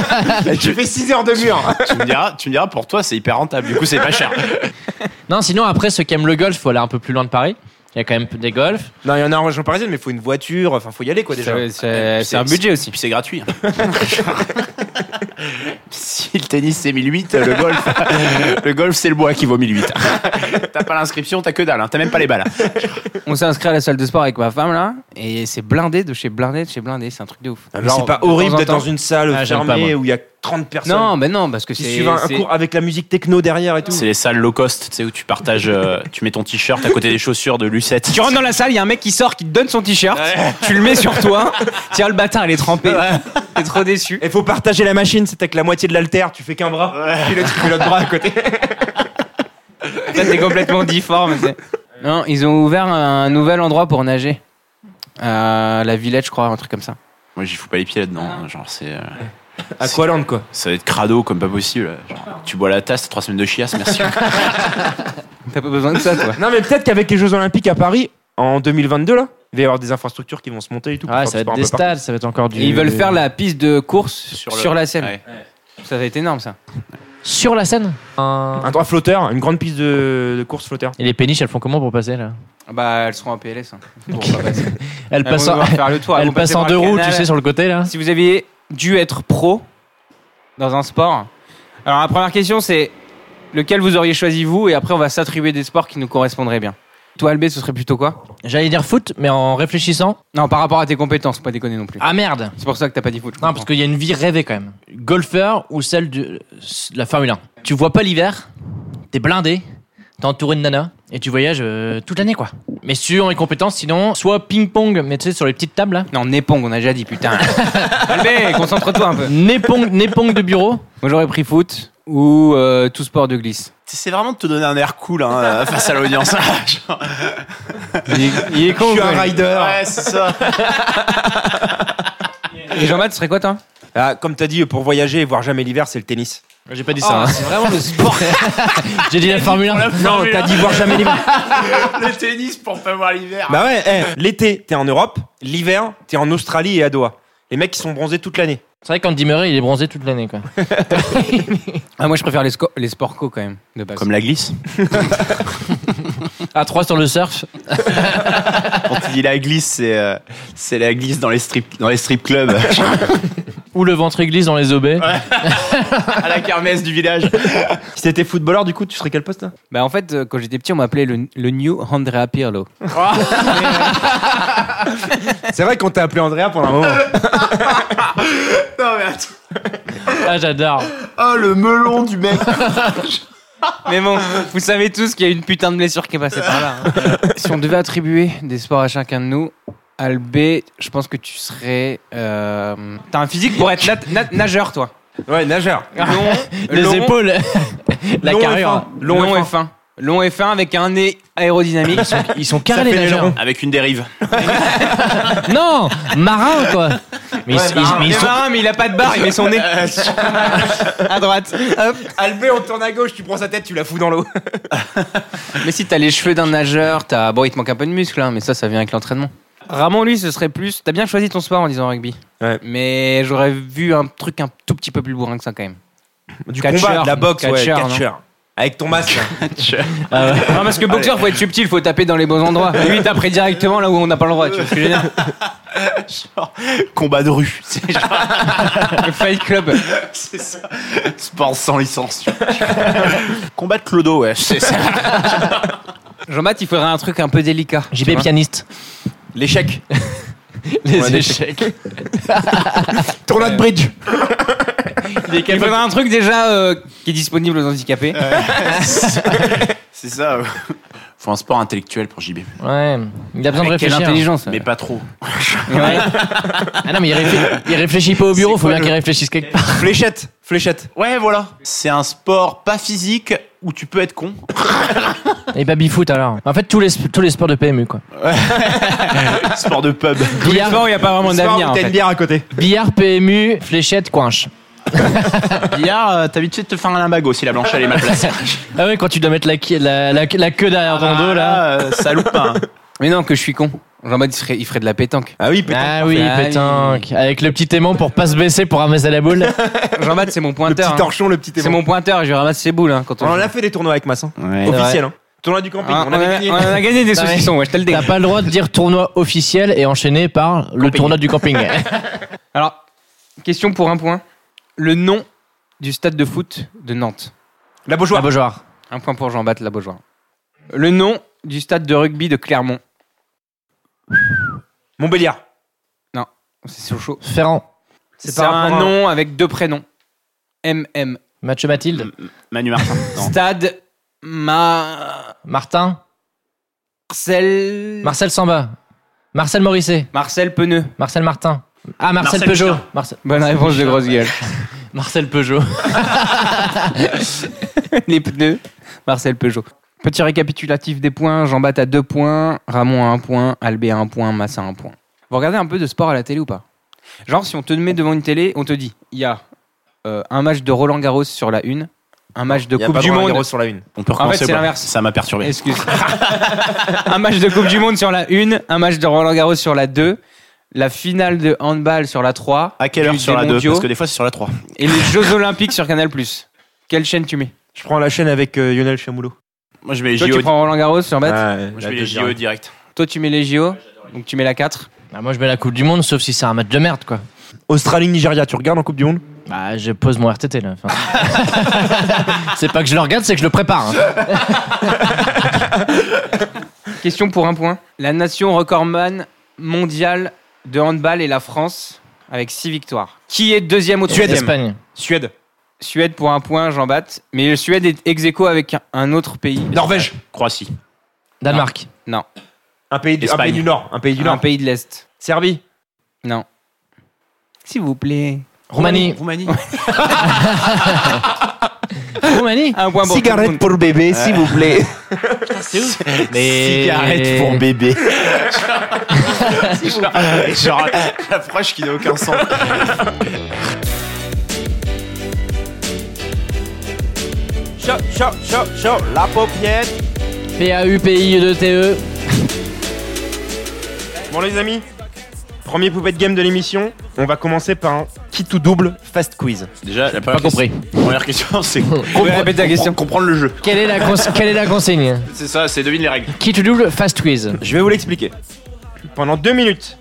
A: [laughs] je fais 6 heures de mur.
C: tu me diras, tu me diras, pour toi, c'est hyper rentable. Du coup, c'est pas cher. [laughs]
B: Non, sinon, après, ceux qui aiment le golf, faut aller un peu plus loin de Paris. Il y a quand même des golfs.
A: Non, il y en a en région parisienne, mais faut une voiture. Enfin, faut y aller, quoi, déjà.
D: C'est- C'est c'est un budget aussi.
C: Puis c'est gratuit. hein. [laughs] si le tennis c'est 1008, le golf, le golf [laughs] c'est le bois qui vaut 1008. [laughs] t'as pas l'inscription, t'as que dalle. hein. T'as même pas les balles.
D: On s'est inscrit à la salle de sport avec ma femme là, et c'est blindé de chez blindé de chez blindé, c'est un truc de ouf.
A: Ah, mais
D: Genre,
A: c'est pas
D: de temps
A: horrible
D: en
A: d'être
D: temps-
A: dans une salle
B: Ah, j'aime pas,
A: fermée
B: moi.
A: où il y a 30 personnes
D: Non, mais non, parce que
A: qui
D: c'est.
A: suivent un un
D: c'est-
A: cours avec la musique techno derrière et tout.
C: C'est les salles low cost, tu sais où tu partages, euh, tu mets ton t-shirt à côté des chaussures de Lucette.
D: Tu rentres dans la salle, il y a un mec qui sort, qui te donne son t-shirt, tu le mets sur toi, [laughs] tiens le bâtard, il est trempé, t'es trop déçu.
A: Et faut partager la machine, c'est avec la moitié de l'alter, tu fais qu'un bras. Puis l'autre, tu fais l'autre bras à côté.
D: Là, t'es complètement difforme. c'est- Non, ils ont ouvert un nouvel endroit pour nager. Euh, la Villette, je crois, un truc comme ça.
C: Moi j'y fous pas les pieds là-dedans. hein. Genre c'est, euh,
A: Aqualand, quoi.
C: ça va être crado comme pas possible. Genre, tu bois la tasse, t'as trois semaines de chiasse, [laughs] merci.
D: T'as pas besoin de ça, toi.
A: Non, mais peut-être qu'avec les Jeux Olympiques à Paris, en 2022, là, il va y avoir des infrastructures qui vont se monter et tout. pour
B: Ouais,
A: faire
B: ça va
A: du
B: être
A: sport un peu
B: des
A: partout.
B: stades, ça va être encore du.
D: Et ils veulent faire la piste de course sur,
C: le-
D: la Seine.
C: Ouais.
D: Ça va être énorme, ça.
B: Sur la scène
A: Un droit flotteur, une grande piste de, de course flotteur.
B: Et les péniches, elles font comment pour passer là
D: Bah, elles seront en PLS. hein. Bon, bah, bah,
B: Elles
D: Elles vont
B: passent en,
D: devoir faire le tour, elles
B: elles
D: vont
B: passent
D: passer
B: en
D: par
B: deux
D: le
B: roues,
D: canal.
B: tu sais, sur le côté là.
D: Si vous aviez dû être pro dans un sport, alors la première question c'est lequel vous auriez choisi vous et après on va s'attribuer des sports qui nous correspondraient bien. Toi Albé, ce serait plutôt quoi
B: J'allais dire foot, mais en réfléchissant.
D: Non, par rapport à tes compétences, pas déconner non plus.
B: Ah merde
D: C'est pour ça que t'as pas dit foot. je
B: Non,
D: comprends.
B: parce qu'il y a une vie rêvée quand même. Golfeur ou celle de de la Formule 1. Tu vois pas l'hiver, t'es blindé, t'es entouré de nanas et tu voyages euh, toute l'année quoi. Mais sur les compétences, sinon, soit ping-pong, mais tu sais, sur les petites tables [laughs] là.
D: Non, Népong, on a déjà
B: [laughs]
D: dit, putain. Albé, concentre-toi un peu.
B: Népong, népong de bureau.
D: Moi j'aurais pris foot ou euh, tout sport de glisse.
C: C'est vraiment de te donner un air cool [laughs] hein, face à l'audience. Genre,
D: Il est, il est con. ou quoi, lui
C: Ouais, [laughs] c'est ça.
D: Et Jean-Baptiste, ce serait quoi toi
A: Ah, comme t'as dit, pour voyager et voir jamais l'hiver, c'est le tennis.
B: J'ai pas dit ça. hein.
D: C'est vraiment
B: [laughs]
D: le sport.
B: J'ai dit la Formule 1.
A: Non, t'as dit voir
B: [laughs]
A: jamais l'hiver.
C: Le tennis pour pas voir l'hiver.
A: bah ouais, eh, l'été, t'es en Europe, l'hiver, t'es en Australie et à Doha. Les mecs, qui sont bronzés toute l'année.
B: C'est vrai qu'Andy Murray, il est bronzé toute l'année. quoi.
D: Ah, moi, je préfère les, sco- les sports co quand même, de base.
C: Comme la glisse.
B: À 3 sur le surf.
C: Quand tu dis la glisse, c'est euh, c'est la glisse dans les strip, dans les strip clubs.
B: Ou le ventre glisse dans les obés.
C: [laughs] à la kermesse du village.
A: Si t'étais footballeur, du coup, tu serais quel poste hein
D: Bah, en fait, euh, quand j'étais petit, on m'appelait le, le New Andrea Pirlo.
H: C'est vrai qu'on t'a appelé Andrea pendant un moment.
C: Non, mais attends.
B: Ah, j'adore.
C: Oh, le melon du mec.
D: Mais bon, vous savez tous qu'il y a une putain de blessure qui est passée par là. hein. [laughs] si on devait attribuer des sports à chacun de nous, Albé, je pense que tu serais. euh, T'as un physique pour être nat- nat- nageur, toi.
H: Ouais, nageur.
D: [laughs] Long,
B: Les
D: long,
B: épaules. Euh, [laughs] La
H: long et
B: carrure.
H: fin.
D: hein. long, et fin. Long et fin avec un nez aérodynamique.
B: Ils sont carrés, les nageurs.
C: Avec une dérive.
B: [laughs] Non, marins, quoi. Mais ils- ils- mais ils
D: Il est
B: sont-
D: marin, Eh ben, mais il a pas de barre, il met son [laughs] nez à droite. Hop.
H: Albé, on tourne à gauche, tu prends sa tête, tu la fous dans l'eau.
D: Mais si t'as les cheveux d'un nageur, t'as bon, il te manque un peu de muscle, hein, mais ça, ça vient avec l'entraînement. Ramon, lui, ce serait plus. T'as bien choisi ton sport en disant rugby.
H: Ouais.
D: Mais j'aurais vu un truc un tout petit peu plus bourrin que ça quand même.
H: Du
D: Catcheur,
H: combat, de la boxe,
D: catcheur,
H: ouais,
D: non
H: catcheur. Avec ton masque.
B: Ah ouais.
D: Non, parce que boxeur, faut être subtil, faut taper dans les bons
H: [laughs]
D: endroits. Lui, il taperait directement là où on n'a pas le droit. Tu vois ce que je veux dire
C: Combat de rue. C'est genre-
D: Le Fight Club.
C: [laughs] c'est ça. Sport sans licence. Combat de Clodo, ouais. C'est ça.
D: Jean-Baptiste, il faudrait un truc un peu délicat.
B: JP pianiste.
H: L'échec.
B: Les échecs.
H: Tournoi de bridge.
D: Il faudrait un truc déjà euh, qui est disponible aux handicapés.
C: C'est ça. ouais. Faut un sport intellectuel pour JB.
B: Ouais. Il a besoin de
D: Avec quelle
B: réfléchir. hein.
D: intelligence.
C: Mais pas trop.
D: Ouais.
B: Ah non, mais il, réfléch- il réfléchit [laughs] pas au bureau, faut bien qu'il réfléchisse quelque part.
H: Fléchette. Fléchette.
C: Ouais, voilà. C'est un sport pas physique où tu peux être con.
B: Et baby-foot alors. En fait, tous les, tous les sports de PMU quoi.
C: sport de pub.
D: Tous les
B: Billard,
D: sports où il n'y a pas vraiment
H: C'est marrant,
D: d'avenir. en
H: T'as
D: fait.
H: une bière à côté.
B: billard, PMU, fléchette, coinche.
C: [laughs] Billard, euh, t'as habitué de te faire un limbago si la blanche elle est mal placée.
B: Ah ouais, quand tu dois mettre la, qui- la, la, la queue derrière ton dos là.
C: euh, ça loupe pas. hein.
D: Mais non, que je suis con. Jean-Baptiste, il ferait, il ferait de la pétanque.
H: Ah oui, peut-être.
B: Ah oui,
D: Ah oui.
B: pétanque. Avec le petit aimant pour pas se baisser pour ramasser la [laughs] boule.
D: Jean-Baptiste, c'est mon
H: le
D: pointeur.
H: petit
D: hein.
H: torchon, le petit
D: C'est
H: aimant.
D: mon pointeur, je ramasse ses boules hein, quand on.
H: On en a fait des tournois avec Massin.
C: Ouais.
H: Officiel, hein. Tournoi du camping,
D: Ah,
H: on avait
D: a-
H: gagné.
D: on a gagné des saucissons, [laughs] ouais, je te le dis.
B: T'as pas le droit de dire tournoi officiel et enchaîné par le tournoi du [laughs] camping.
D: Alors, question pour un point. Le nom du stade de foot de Nantes.
H: La
B: La
H: Beaujoire.
B: Beaujoire.
D: Un point pour Jean-Baptiste Beaujoire. Le nom du stade de rugby de Clermont.
H: Montbéliard.
D: C'est chaud.
B: Ferrand.
D: C'est
H: par
D: un
H: rapport à-
D: nom avec deux prénoms. MM.
B: Mathieu Mathilde.
C: Manu Martin. Non.
D: Stade Marcel.
B: Martin. Marcel Samba. Marcel Morisset.
D: Marcel Peneux.
B: Marcel Martin. Ah, Marcel,
C: Marcel
B: Peugeot.
C: Michelin.
B: Marcel...
D: Bonne réponse de grosse gueule.
B: Marcel Peugeot.
D: [laughs] Les pneus. Marcel Peugeot. Petit récapitulatif des points. Jean-Bat à 2 points, Ramon à 1 point, Albé à 1 point, Massa à 1 point. Vous regardez un peu de sport à la télé ou pas Genre, si on te met devant une télé, on te dit il y a euh, un match de Roland Garros sur la une, un match de
H: Il y a
D: Coupe
H: pas
D: du
H: vraiment un
D: Monde.
H: héros sur la une.
C: On peut
D: En fait,
C: recommencer.
D: c'est
C: quoi.
D: l'inverse.
C: Ça m'a perturbé.
D: Excuse. [laughs] un match de Coupe du Monde sur la une, un match de Roland Garros sur la 2, la finale de handball sur la 3.
H: Ah.
C: À quelle heure sur la 2 Parce que des fois c'est sur la 3.
D: Et les Jeux Olympiques sur Canal. Quelle chaîne tu mets
H: Je prends la chaîne avec euh, Lionel Chamoulot.
C: Moi je mets
D: Toi,
C: JO.
D: tu prends Roland Garros sur Bat
H: Ouais,
C: Je
H: la
C: mets les
H: deux
C: JO
H: direct.
C: direct.
D: Toi, tu mets les JO, donc tu mets la 4.
B: Bah, moi, je mets la Coupe du Monde, sauf si c'est un match de merde, quoi.
H: Australie-Nigeria, tu regardes en Coupe du Monde
B: Bah, je pose mon RTT, là. [laughs] Enfin, c'est pas que je le regarde, c'est que je le prépare. hein.
D: Question pour un point. La nation recordman mondiale de handball est la France avec 6 victoires. Qui est deuxième au troisième
B: Espagne.
H: Suède.
D: Suède pour un point, j'en batte. Mais le Suède est ex aequo avec un- un autre pays.
H: Norvège.
C: Croatie.
B: Danemark.
H: Un pays, du, un
C: Espagne.
H: pays du Nord. Un pays du
D: Un
H: Nord.
D: pays de l'Est.
H: Serbie.
D: S'il vous plaît.
B: Ah. Roumanie.
C: Roumanie.
B: Roumanie.
D: Un point pour tout le monde.
H: pour bébé, s'il vous plaît.
B: C'est où Mais-
C: Cigarette
D: Eh.
C: pour
D: [laughs]
C: bébé. genre, genre [laughs] l'approche qui n'a aucun sens.
H: Chaud, chaud, chaud, chaud. La paupiette.
B: E P-A-U-P-I-E-T-E.
H: Bon, les amis, premier poupette game de l'émission. On va commencer par un qui
A: petit tout double fast quiz.
C: Déjà, la
B: Pas
C: première question-
B: compris.
C: Première question, c'est
D: Vous pouvez répéter la question.
C: comprendre le jeu.
B: Quelle est la, [laughs] cons- quelle est la consigne
C: C'est ça, c'est devine les règles.
B: Qui tu double Fast quiz.
A: Je vais vous l'expliquer. Pendant deux minutes,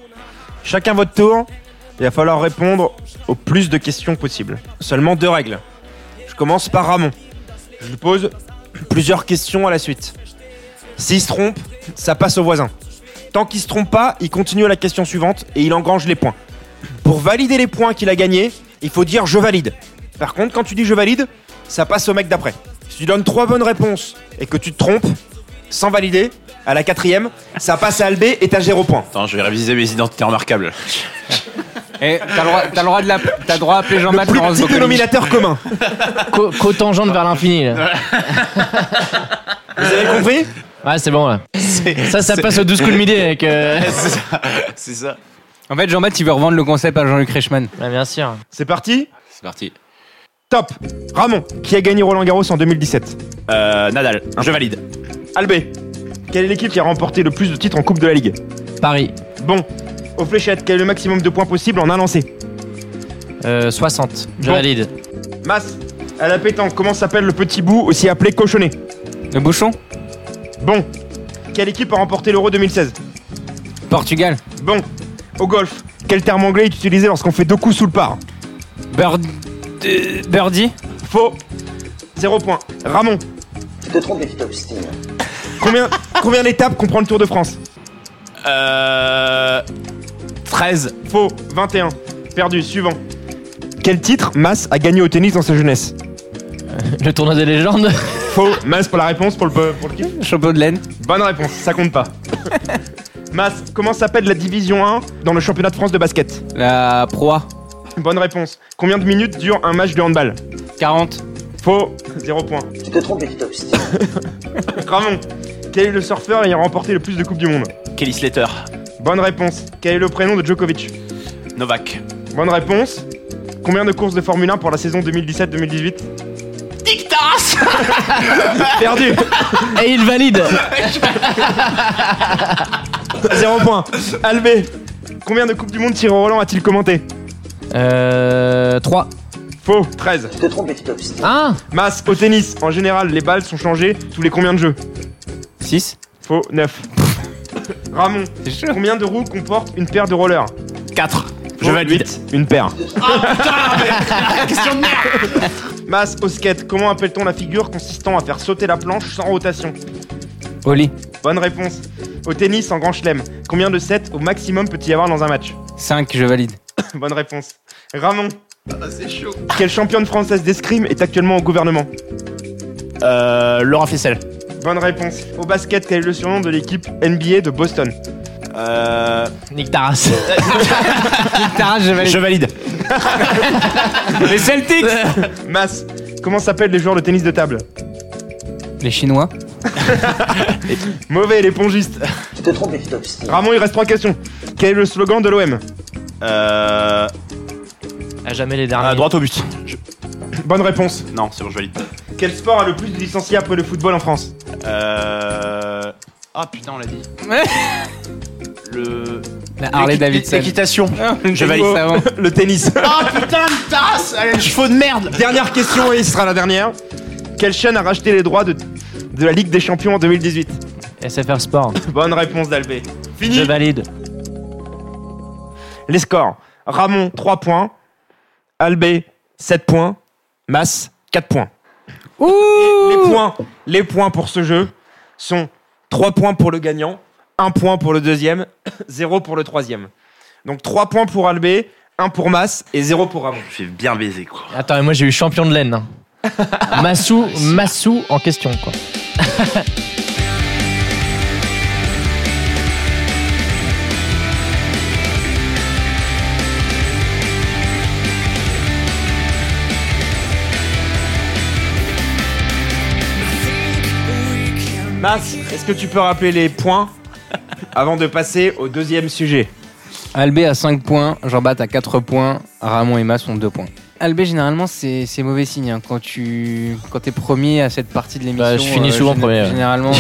A: chacun votre tour, il va falloir répondre au plus de questions possible. Seulement deux règles. Je commence par Ramon. Je lui pose plusieurs questions à la suite. S'il se trompe, ça passe au voisin. Tant qu'il se trompe pas, il continue à la question suivante et il engrange les points. Pour valider les points qu'il a gagnés, il faut dire je valide. Par contre, quand tu dis je valide, ça passe au mec d'après. Si tu donnes trois bonnes réponses et que tu te trompes, sans valider, à la quatrième, ça passe à Albé et t'as zéro point.
C: Attends, je vais réviser mes identités remarquables.
D: Eh, T'as le droit- t'as le droit de la- t'as le droit d'appeler
A: Le
D: Jean-Math
A: plus
D: Laurence
A: petit
D: Boccolini.
A: dénominateur commun.
B: Co- Cotangente vers l'infini. là.
A: Vous avez compris
B: Ouais, c'est bon là. Ça, ça
C: c'est-
B: passe aux 12 coups de midi avec. euh,
C: [laughs] c'est ça. C'est ça.
D: En fait, Jean-Baptiste, il veut revendre le concept à Jean-Luc Reichmann.
B: Ouais, bien sûr.
A: C'est parti
C: C'est parti.
A: Top Ramon, qui a gagné Roland Garros en 2017
C: Euh, Nadal, je valide.
A: Albé, quelle est l'équipe qui a remporté le plus de titres en Coupe de la Ligue
B: Paris,
A: Bon, aux fléchettes, quel est le maximum de points possible en un lancé
B: euh, 60. Je
A: Bon.
B: valide.
A: Masse, à la pétanque, comment s'appelle le petit bout aussi appelé cochonnet
D: Le bouchon
A: Bon, quelle équipe a remporté l'Euro 2016
D: Portugal.
A: Bon, au golf, quel terme anglais est utilisé lorsqu'on fait deux coups sous le par
D: Bird... euh, Birdie
A: Faux. Zéro point. Ramon. Combien, combien d'étapes comprend le Tour de France
C: Euh. 13.
A: Faux. 21. Perdu. Suivant. Quel titre Mass a gagné au tennis dans sa jeunesse
B: [laughs] Le tournoi des légendes.
A: Faux. Mass pour la réponse, pour le, pe- pour le kiff.
D: Chapeau de laine.
A: Bonne réponse, ça compte pas. Mass, comment s'appelle la division 1 dans le championnat de France de basket
D: La proie.
A: Bonne réponse. Combien de minutes dure un match de handball
D: 40.
A: Faux. Zéro point. Tu te trompes, Ramon. Quel est le surfeur ayant remporté le plus de Coupes du Monde
C: Kelly Slater.
A: Bonne réponse. Quel est le prénom de Djokovic
C: Novak.
A: Bonne réponse. Combien de courses de Formule 1 pour la saison 2017-2018
C: Dictas
A: [laughs] Perdu
B: Et il [laughs] valide.
A: Zéro point Albé Combien de Coupes du Monde Thierry Roland a-t-il commenté
B: Euh, 3.
A: Faux 13
B: 1.
A: Masse au tennis En général, les balles sont changées tous les combien de jeux
D: 6.
A: Faux 9 Ramon Combien de roues comporte une paire de rollers
C: 4.
A: Je valide Une paire Masse au skate Comment appelle-t-on la figure consistant à faire sauter la planche sans rotation
D: Oli.
A: Bonne réponse Au tennis en grand chelem Combien de sets au maximum peut-il y avoir dans un match [laughs]
D: 5, je valide.
A: Bonne réponse. Ramon. Ah, bah, c'est chaud. Quelle championne française d'escrime est actuellement au gouvernement
C: Euh. Laurent Fessel.
A: Bonne réponse. Au basket, quel est le surnom de l'équipe NBA de Boston
C: Euh.
B: Nick Taras.
D: Taras, je valide.
C: Je valide.
D: Les Celtics
A: Mass. Comment s'appellent les joueurs de tennis de table
D: Les Chinois.
A: Mauvais, l'épongiste. Ramon, il reste trois questions. Quel est le slogan de l'OM
C: Euh.
B: À jamais les
C: À
B: derniers.
C: droite au but.
A: [laughs] Bonne réponse.
C: Non, c'est bon, je valide.
A: Quel sport a le plus de licenciés après le football en France
C: Euh. Ah putain, on l'a dit. Le.
D: La Harley Davidson. Ah,
C: Équitation. [laughs]
D: [laughs] Je
C: valide.
A: Le tennis.
C: Ah putain, le tasse Allez, chevaux de merde
A: dernière question et ce sera la dernière. Quelle chaîne a racheté les droits de, de la Ligue des Champions en 2018
B: SFR Sport.
A: Bonne réponse d'Albé. Fini.
B: Je valide.
A: Les scores. Ramon, 3 points. Albé, 7 points. Mas, 4 points. les points, les points pour ce jeu sont 3 points pour le gagnant, 1 point pour le deuxième, [coughs] 0 pour le troisième. Donc 3 points pour Albé, 1 pour Mas et 0 pour Ramon.
C: Je suis bien baiser quoi.
B: Attends, mais moi j'ai eu champion de
C: [laughs]
B: laine. hein. Massou, Massou en question quoi.
A: Mas, est-ce que tu peux rappeler les points avant de passer au deuxième sujet
D: Albé à 5 points, Jean-Baptiste à 4 points, Ramon et Mas ont 2 points. Albé, généralement, c'est c'est mauvais signe. hein. Quand tu quand es premier à cette partie de l'émission.
B: Bah, je finis souvent
D: géné-
B: premier, ouais.
D: Généralement.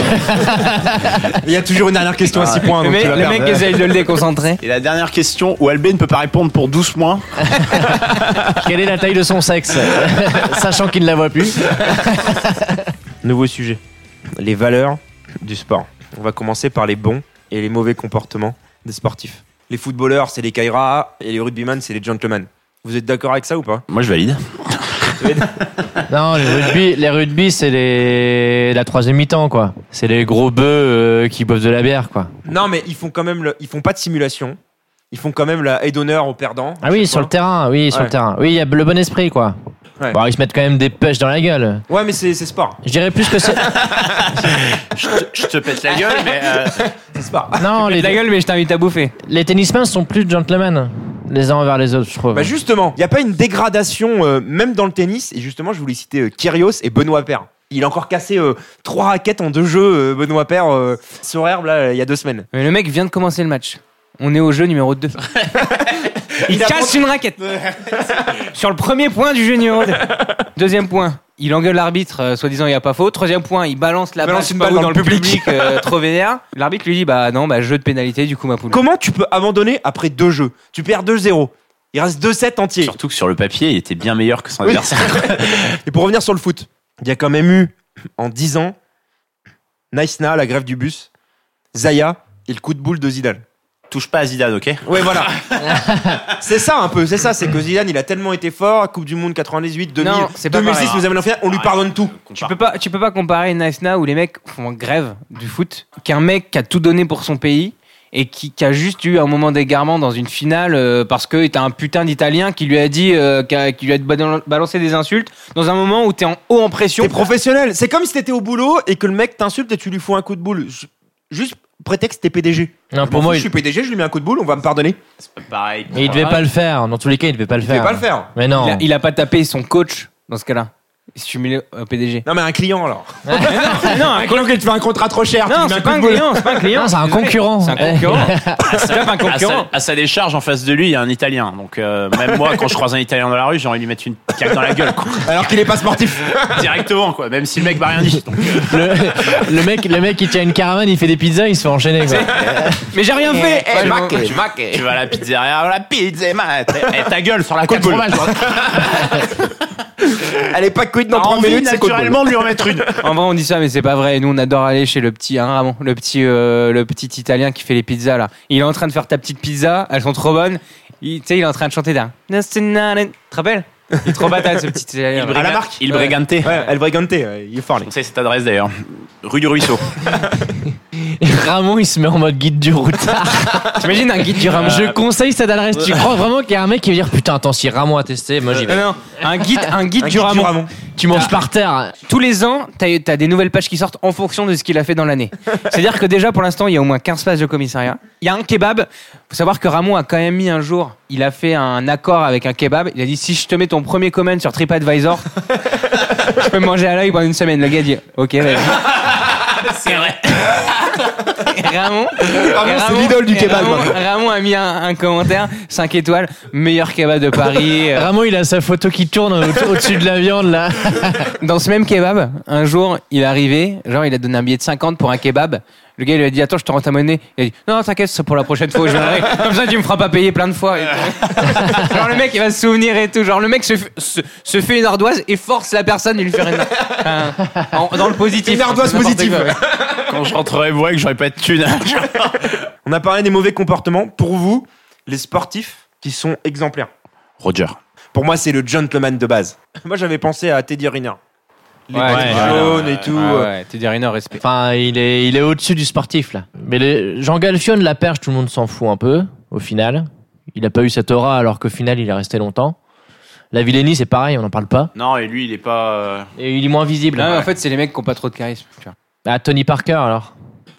H: Il y a toujours une dernière question à 6 points.
D: le
H: donc
D: mec,
H: tu vas
D: le
H: perdre.
D: mec essaye de
C: [laughs]
D: le déconcentrer.
C: Et la dernière question où Albé ne peut pas répondre pour 12 mois.
B: Quelle est la taille de son [laughs] sexe Sachant qu'il ne la voit plus.
A: Nouveau sujet. Les valeurs du sport. On va commencer par les bons et les mauvais comportements des sportifs. Les footballeurs, c'est les Kaira et les rugbyman, c'est les gentlemen. Vous êtes d'accord avec ça ou pas
C: Moi, je valide.
B: Non, les rugby, les rugby c'est les... la troisième mi-temps, quoi. C'est les gros bœufs euh, qui boivent de la bière, quoi.
A: Non, mais ils font quand même, le- ils font pas de simulation. Ils font quand même la aide d'honneur au perdant.
B: Ah oui, sur le terrain, oui, sur
A: Ouais.
B: le terrain. Oui, il y a le bon esprit, quoi.
A: Ouais.
B: Bon, ils se mettent quand même des pêches dans la gueule.
A: Ouais, mais c'est c'est sport.
B: Je dirais plus que
D: [laughs]
B: c'est.
C: Je te pète la gueule, mais. euh,
A: C'est sport.
B: Non, les,
D: De la gueule, mais je t'invite à bouffer.
B: les tennismen sont plus gentlemen les uns envers les autres, je trouve.
A: Bah justement, il n'y a pas une dégradation, euh, même dans le tennis. Et justement, je voulais citer euh, Kyrgios et Benoît Paire. Il a encore cassé euh, trois raquettes en deux jeux, euh, Benoît Paire, euh, sur herbe, là, il y a deux semaines.
D: Mais le mec vient de commencer le match. On est au jeu numéro
A: [laughs]
D: 2. il casse une raquette. Sur le premier point du jeu numéro 2. Deuxième point. Il engueule l'arbitre, euh, soi-disant il n'y a pas faute. Troisième point, il balance la
A: Balance
D: balle
A: une
D: par
A: balle
D: où
A: dans le public.
D: euh, trop vénère. L'arbitre lui dit bah non, bah jeu de pénalité, du coup ma poule.
A: Comment tu peux abandonner après deux jeux Tu perds 2-0. Il reste 2-7 entiers.
C: [laughs] Surtout que sur le papier, il était bien meilleur que son
A: [laughs]
C: adversaire.
A: Et pour revenir sur le foot, il y a quand même eu, en 10 ans, Naïsna, la grève du bus, Zaya et le coup de boule de Zidane.
C: Touche pas à Zidane, ok
A: Ouais, voilà. c'est ça un peu, c'est ça. C'est que Zidane, il a tellement été fort. Coupe du Monde 98, 2000,
D: Non, c'est pas
A: 2006,
D: pareil.
A: nous amène en finale, on
C: Ah
A: lui pardonne tout.
D: Tu peux pas, tu peux pas comparer Naïsna où les mecs font grève du foot qu'un mec qui a tout donné pour son pays et qui, qui a juste eu un moment d'égarement dans une finale euh, parce que t'as un putain d'Italien qui lui a dit, euh, qui, a- qui lui a balan- balancé des insultes dans un moment où t'es en haut en pression.
A: T'es professionnel. C'est comme si t'étais au boulot et que le mec t'insulte et tu lui fous un coup de boule. Ju- Juste prétexte, t'es PDG.
B: non,
A: Pour
B: pour moi,
A: je
B: il,
A: suis PDG, je lui mets un coup de boule, on va me pardonner.
C: Pareil.
B: il
D: Ah.
B: devait pas le faire. Dans tous les cas, il devait pas le
A: Je vais
B: faire.
A: pas le faire.
B: Mais
D: Il
B: non.
D: a, il a pas tapé son coach dans ce cas-là. Il se humilait au PDG.
A: Non, mais un client alors.
D: non, un
H: Quand tu fais un contrat trop cher, tu
D: Non,
H: mets un
D: c'est
H: coup
D: pas
H: de
D: un
H: boule.
D: client, c'est pas un client.
B: Non, c'est un
D: désolé.
B: concurrent. Eh,
D: C'est un concurrent. [laughs] C'est pas
C: À
D: un
C: sa,
D: concurrent.
C: à sa décharge, en face de lui, il y a un Italien. Donc, euh, même moi, quand je croise un Italien dans la rue, j'ai envie de lui mettre une claque dans la gueule, quoi.
H: Alors qu'il est pas
A: [laughs]
H: sportif.
C: [laughs]
A: Eh,
C: Directement, quoi. Même si le mec m'a rien dit. Donc, euh,
B: [laughs] Le, le mec, le mec, il tient une caravane, il fait des pizzas, il se fait enchaîner.
D: [laughs]
B: Quoi.
D: Mais j'ai rien fait. Eh, bah,
H: tu maquais.
C: tu vas à la pizzeria, oh, la pizza, et ma- eh, ta gueule sur la côte
A: boule.
C: fromage. T'as
A: Elle est pas quid dans 3
C: envie
A: minutes, c'est coup de boule.
C: naturellement de lui en
A: [laughs]
C: mettre une.
D: En vrai, on dit ça, mais c'est pas vrai. Nous, on adore aller chez le petit, hein, Ramon, le petit, euh, le petit Italien qui fait les pizzas là. Il est en train de faire ta petite pizza, elles sont trop bonnes. Il- Tu sais, il est en train de chanter derrière. Tu te rappelles Il est trop bâtard ce petit Italien.
C: Il brigante-
A: marque.
C: Il
D: Ouais.
C: brigante.
A: Ouais, El Brigante, euh, il est fort,
C: Je
A: lui.
C: conseille cette adresse d'ailleurs. Rue du Ruisseau.
B: Et Ramon, il se met en mode guide du
D: [laughs]
B: routard.
D: T'imagines un guide du Ramon
B: Je conseille cette adresse. Tu crois vraiment qu'il y a un mec qui va dire putain, attends, si Ramon a testé, moi j'y
D: Non,
B: vais.
D: non, un guide, un guide
A: Un
D: du
A: guide
D: Ramon.
A: Ramon.
B: Tu
D: euh,
B: manges par terre.
D: Tous les ans, t'as as des nouvelles pages qui sortent en fonction de ce qu'il a fait dans l'année.
H: [laughs]
D: C'est-à-dire que déjà, pour l'instant, il y a au moins 15 pages de commissariat. Il y a un kebab. faut savoir que Ramon a quand même mis un jour, il a fait un accord avec un kebab. Il a dit si je te mets ton premier comment sur
H: [laughs]
D: TripAdvisor, je peux me manger à l'œil pendant une semaine. Le gars dit ok,
H: [laughs]
D: vas-y.
C: [laughs] C'est vrai.
D: Et Ramon, et
H: c'est l'idole du
D: et
H: kebab,
D: Ramon, Ramon a mis un, un commentaire 5 étoiles, meilleur kebab de Paris.
H: [laughs]
D: Euh,
B: Ramon, il a sa photo qui tourne au- au-dessus de la viande là.
D: Dans ce même kebab, un jour, il est arrivé, genre, il a donné un billet de 50 pour un kebab. Le gars, il lui a dit, attends, je te rends ta monnaie. Il a dit, non, non, t'inquiète, c'est pour la prochaine fois, je viendrai. Comme ça, tu me feras pas payer plein de fois. et [laughs] tout. genre, le mec, il va se souvenir et tout. Genre, le mec se, f- se, se fait une ardoise et force la personne à lui faire une. un- en- dans le positif.
H: Une ardoise
D: N'importe
H: positive.
D: quoi, ouais.
C: Quand je rentrerai moi et que j'aurai pas de thunes.
A: On a parlé des mauvais comportements. Pour vous, les sportifs qui sont exemplaires.
C: Roger.
A: Pour moi, c'est le gentleman de base. [laughs] Moi, j'avais pensé à Teddy Riner. Les
D: Ouais,
A: petits
C: ouais,
A: jaunes et tout.
D: Ah
A: euh,
D: ouais, tu dirais, non, respect.
B: Enfin, il est, il est au-dessus du sportif là. Mais les- Jean Galfion, la perche, tout le monde s'en fout un peu au final. Il a pas eu cette aura alors qu'au final, il est resté longtemps. La Villenie, c'est pareil, on n'en parle pas.
C: Non, et lui, il est pas. euh,
B: Et il est moins visible.
A: Ah,
D: Non, mais en fait, c'est les mecs qui ont pas trop de charisme. tu vois.
B: Ah, Tony Parker alors.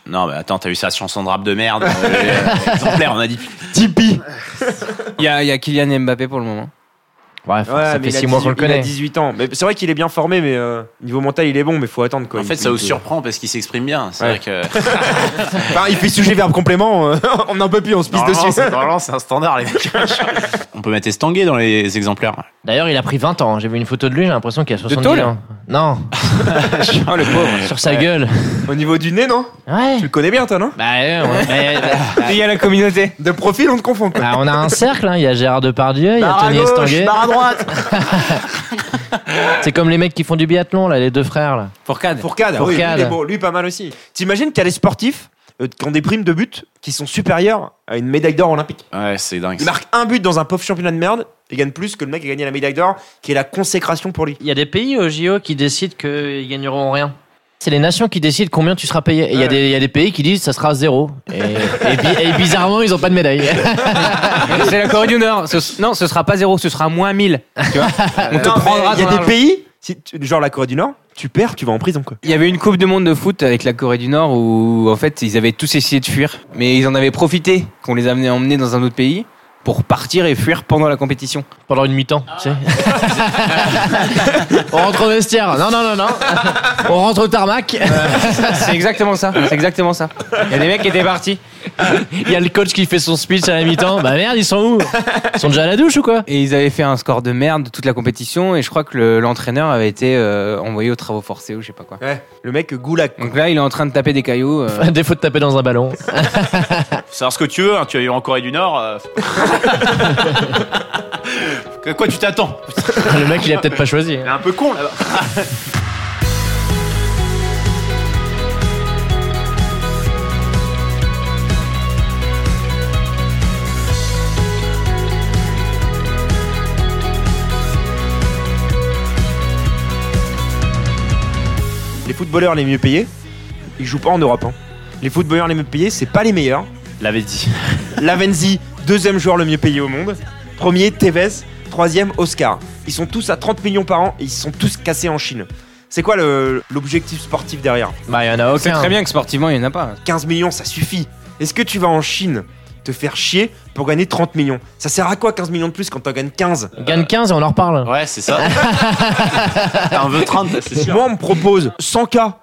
C: Non, mais attends, t'as vu sa chanson de rap de merde.
D: [laughs]
C: euh, exemplaire, on a dit.
H: Tipeee.
D: Il y a, il y a Kylian Mbappé pour le moment.
B: Bref, ça
A: mais
B: fait
A: il a
B: 6 mois
A: 18
B: qu'on le
A: Il a
B: connaît.
A: 18 ans. Mais c'est vrai qu'il est bien formé, mais euh, niveau mental, il est bon, mais faut attendre quoi.
C: En fait,
A: Il-
C: ça vous
A: il-
C: surprend parce qu'il s'exprime bien. C'est
A: Ouais.
C: vrai [laughs] que.
A: Enfin, il fait sujet verbe complément. euh, [laughs] on n'en peut plus, on se pisse
J: Normalement,
A: dessus.
J: c'est- normalement, c'est un standard, les mecs.
C: [laughs] On peut mettre Estanguet dans les exemplaires.
B: D'ailleurs, il a pris 20 ans. hein. J'ai vu une photo de lui, j'ai l'impression qu'il a 70
D: tôle
B: ans. Non,
D: Oh, le pauvre.
B: sur sa gueule.
A: Au niveau du nez, non
B: Ouais.
A: Tu le connais bien, toi, non
B: Bah, ouais, on- mais-
D: Il y a la communauté.
A: De profil, on te confond. Quoi.
B: bah, on a un cercle, hein. il y a Gérard Depardieu, il y a
A: Barre à
B: Tony
A: gauche,
B: Estanguet.
A: barre à droite.
B: C'est comme les mecs qui font du biathlon, là, les deux frères. Là.
D: Fourcade.
A: Fourcade, oui,
B: Fourcade.
A: lui, il est bon, lui, pas mal aussi. T'imagines qu'il y a les sportifs euh, qui ont des primes de but qui sont supérieures à une médaille d'or olympique.
C: Ouais, c'est dingue.
A: Il marque un but dans un pauvre championnat de merde et gagne plus que le mec qui a gagné la médaille d'or, qui est la consécration pour lui.
B: Il y a des pays au JO qui décident qu'ils gagneront rien. C'est les nations qui décident combien tu seras payé. Et Il y, a des- il y a des pays qui disent ça sera zéro. Et, et bi- et bizarrement, ils n'ont pas de [laughs] médaille.
D: C'est la Corée du Nord. Ce- non, ce sera pas zéro, ce sera moins 1000.
A: [laughs]
D: Tu vois On te
A: Non,
D: prendra
A: mais Il y
D: ton
A: a des
D: argent.
A: pays, si tu- genre la Corée du Nord, tu perds, tu vas en prison quoi.
D: Il y avait une Coupe du Monde de foot avec la Corée du Nord où en fait ils avaient tous essayé de fuir, mais ils en avaient profité qu'on les amenait emmenés dans un autre pays pour partir et fuir pendant la compétition.
B: Pendant une mi-temps, tu [laughs] sais. On rentre au vestiaire. Non, non, non, non. On rentre au tarmac.
D: C'est exactement ça. C'est exactement ça. Il y a des mecs qui étaient partis
B: Il y a le coach qui fait son speech à la mi-temps. Bah merde, ils sont où Ils sont déjà à la douche ou quoi
D: et ils avaient fait un score de merde de toute la compétition et je crois que le- l'entraîneur avait été euh, envoyé aux travaux forcés ou je sais pas quoi.
A: Ouais. Le mec euh, goulag. quoi.
D: Donc là, il est en train de taper des cailloux.
A: [laughs]
D: euh,
B: Défaut de taper dans un ballon.
C: Faut savoir ce que tu veux, hein, tu as eu en Corée du Nord. euh. [laughs] Que- Quoi, tu t'attends
B: Le mec, il a peut-être pas choisi.
J: un peu con, là-bas.
A: Les footballeurs les mieux payés, ils jouent pas en Europe. hein. Les footballeurs les mieux payés, c'est pas les meilleurs.
C: L'avait dit.
A: Lavenzi, deuxième joueur le mieux payé au monde. Premier, Tevez. Troisième, Oscar. Ils sont tous à 30 millions par an et ils sont tous cassés en Chine. C'est quoi le- l'objectif sportif derrière
B: Bah, il y en a
D: C'est
B: aucun.
D: très bien que sportivement, il n'y en a pas.
A: 15 millions, ça suffit. Est-ce que tu vas en Chine te faire chier pour gagner 30 millions Ça sert à quoi 15 millions de plus quand t'en gagnes 15
B: Gagne 15 et on en reparle.
C: Ouais, c'est [laughs] ça. T'as un vœu 30, c'est sûr.
A: Moi, on me propose 100K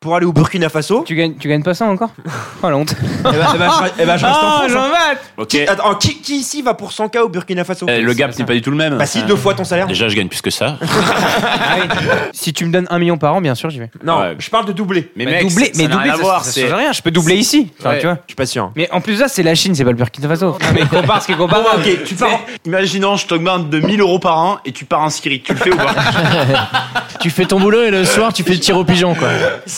A: pour aller au Burkina Faso.
D: Tu gagnes, tu gagnes pas ça encore Oh la honte.
A: Eh ben, eh ben, je- eh ben, je reste
D: Ah,
A: en France, hein.
C: Ok.
A: Qui- attends, qui, qui ici va pour 100K au Burkina Faso
C: Euh, le gap n'est pas du tout le même. Hein.
A: Bah si, deux fois ton salaire.
C: Déjà, je gagne plus que ça.
D: Si tu me donnes un million par an, bien sûr, j'y vais.
A: Non,
C: Ouais.
A: je parle de doubler.
C: Mais
D: Bah,
C: mec,
D: doubler,
C: ça- ça n'a rien à
D: ça-
C: voir.
D: ça
C: c'est-
D: change rien. Je peux doubler ici. Enfin,
C: Ouais.
D: tu vois.
A: Je suis pas sûr. hein.
D: Mais en plus de ça, c'est la Chine, c'est pas le Burkina Faso. Non, mais compare ce qui est comparable.
A: Ok, tu pars.
C: Imaginons, je t'augmente de 1000 euros par an et tu pars en Syrie. Tu le fais ou pas
B: Tu fais ton boulot et le soir, tu fais le tir au pigeon, quoi.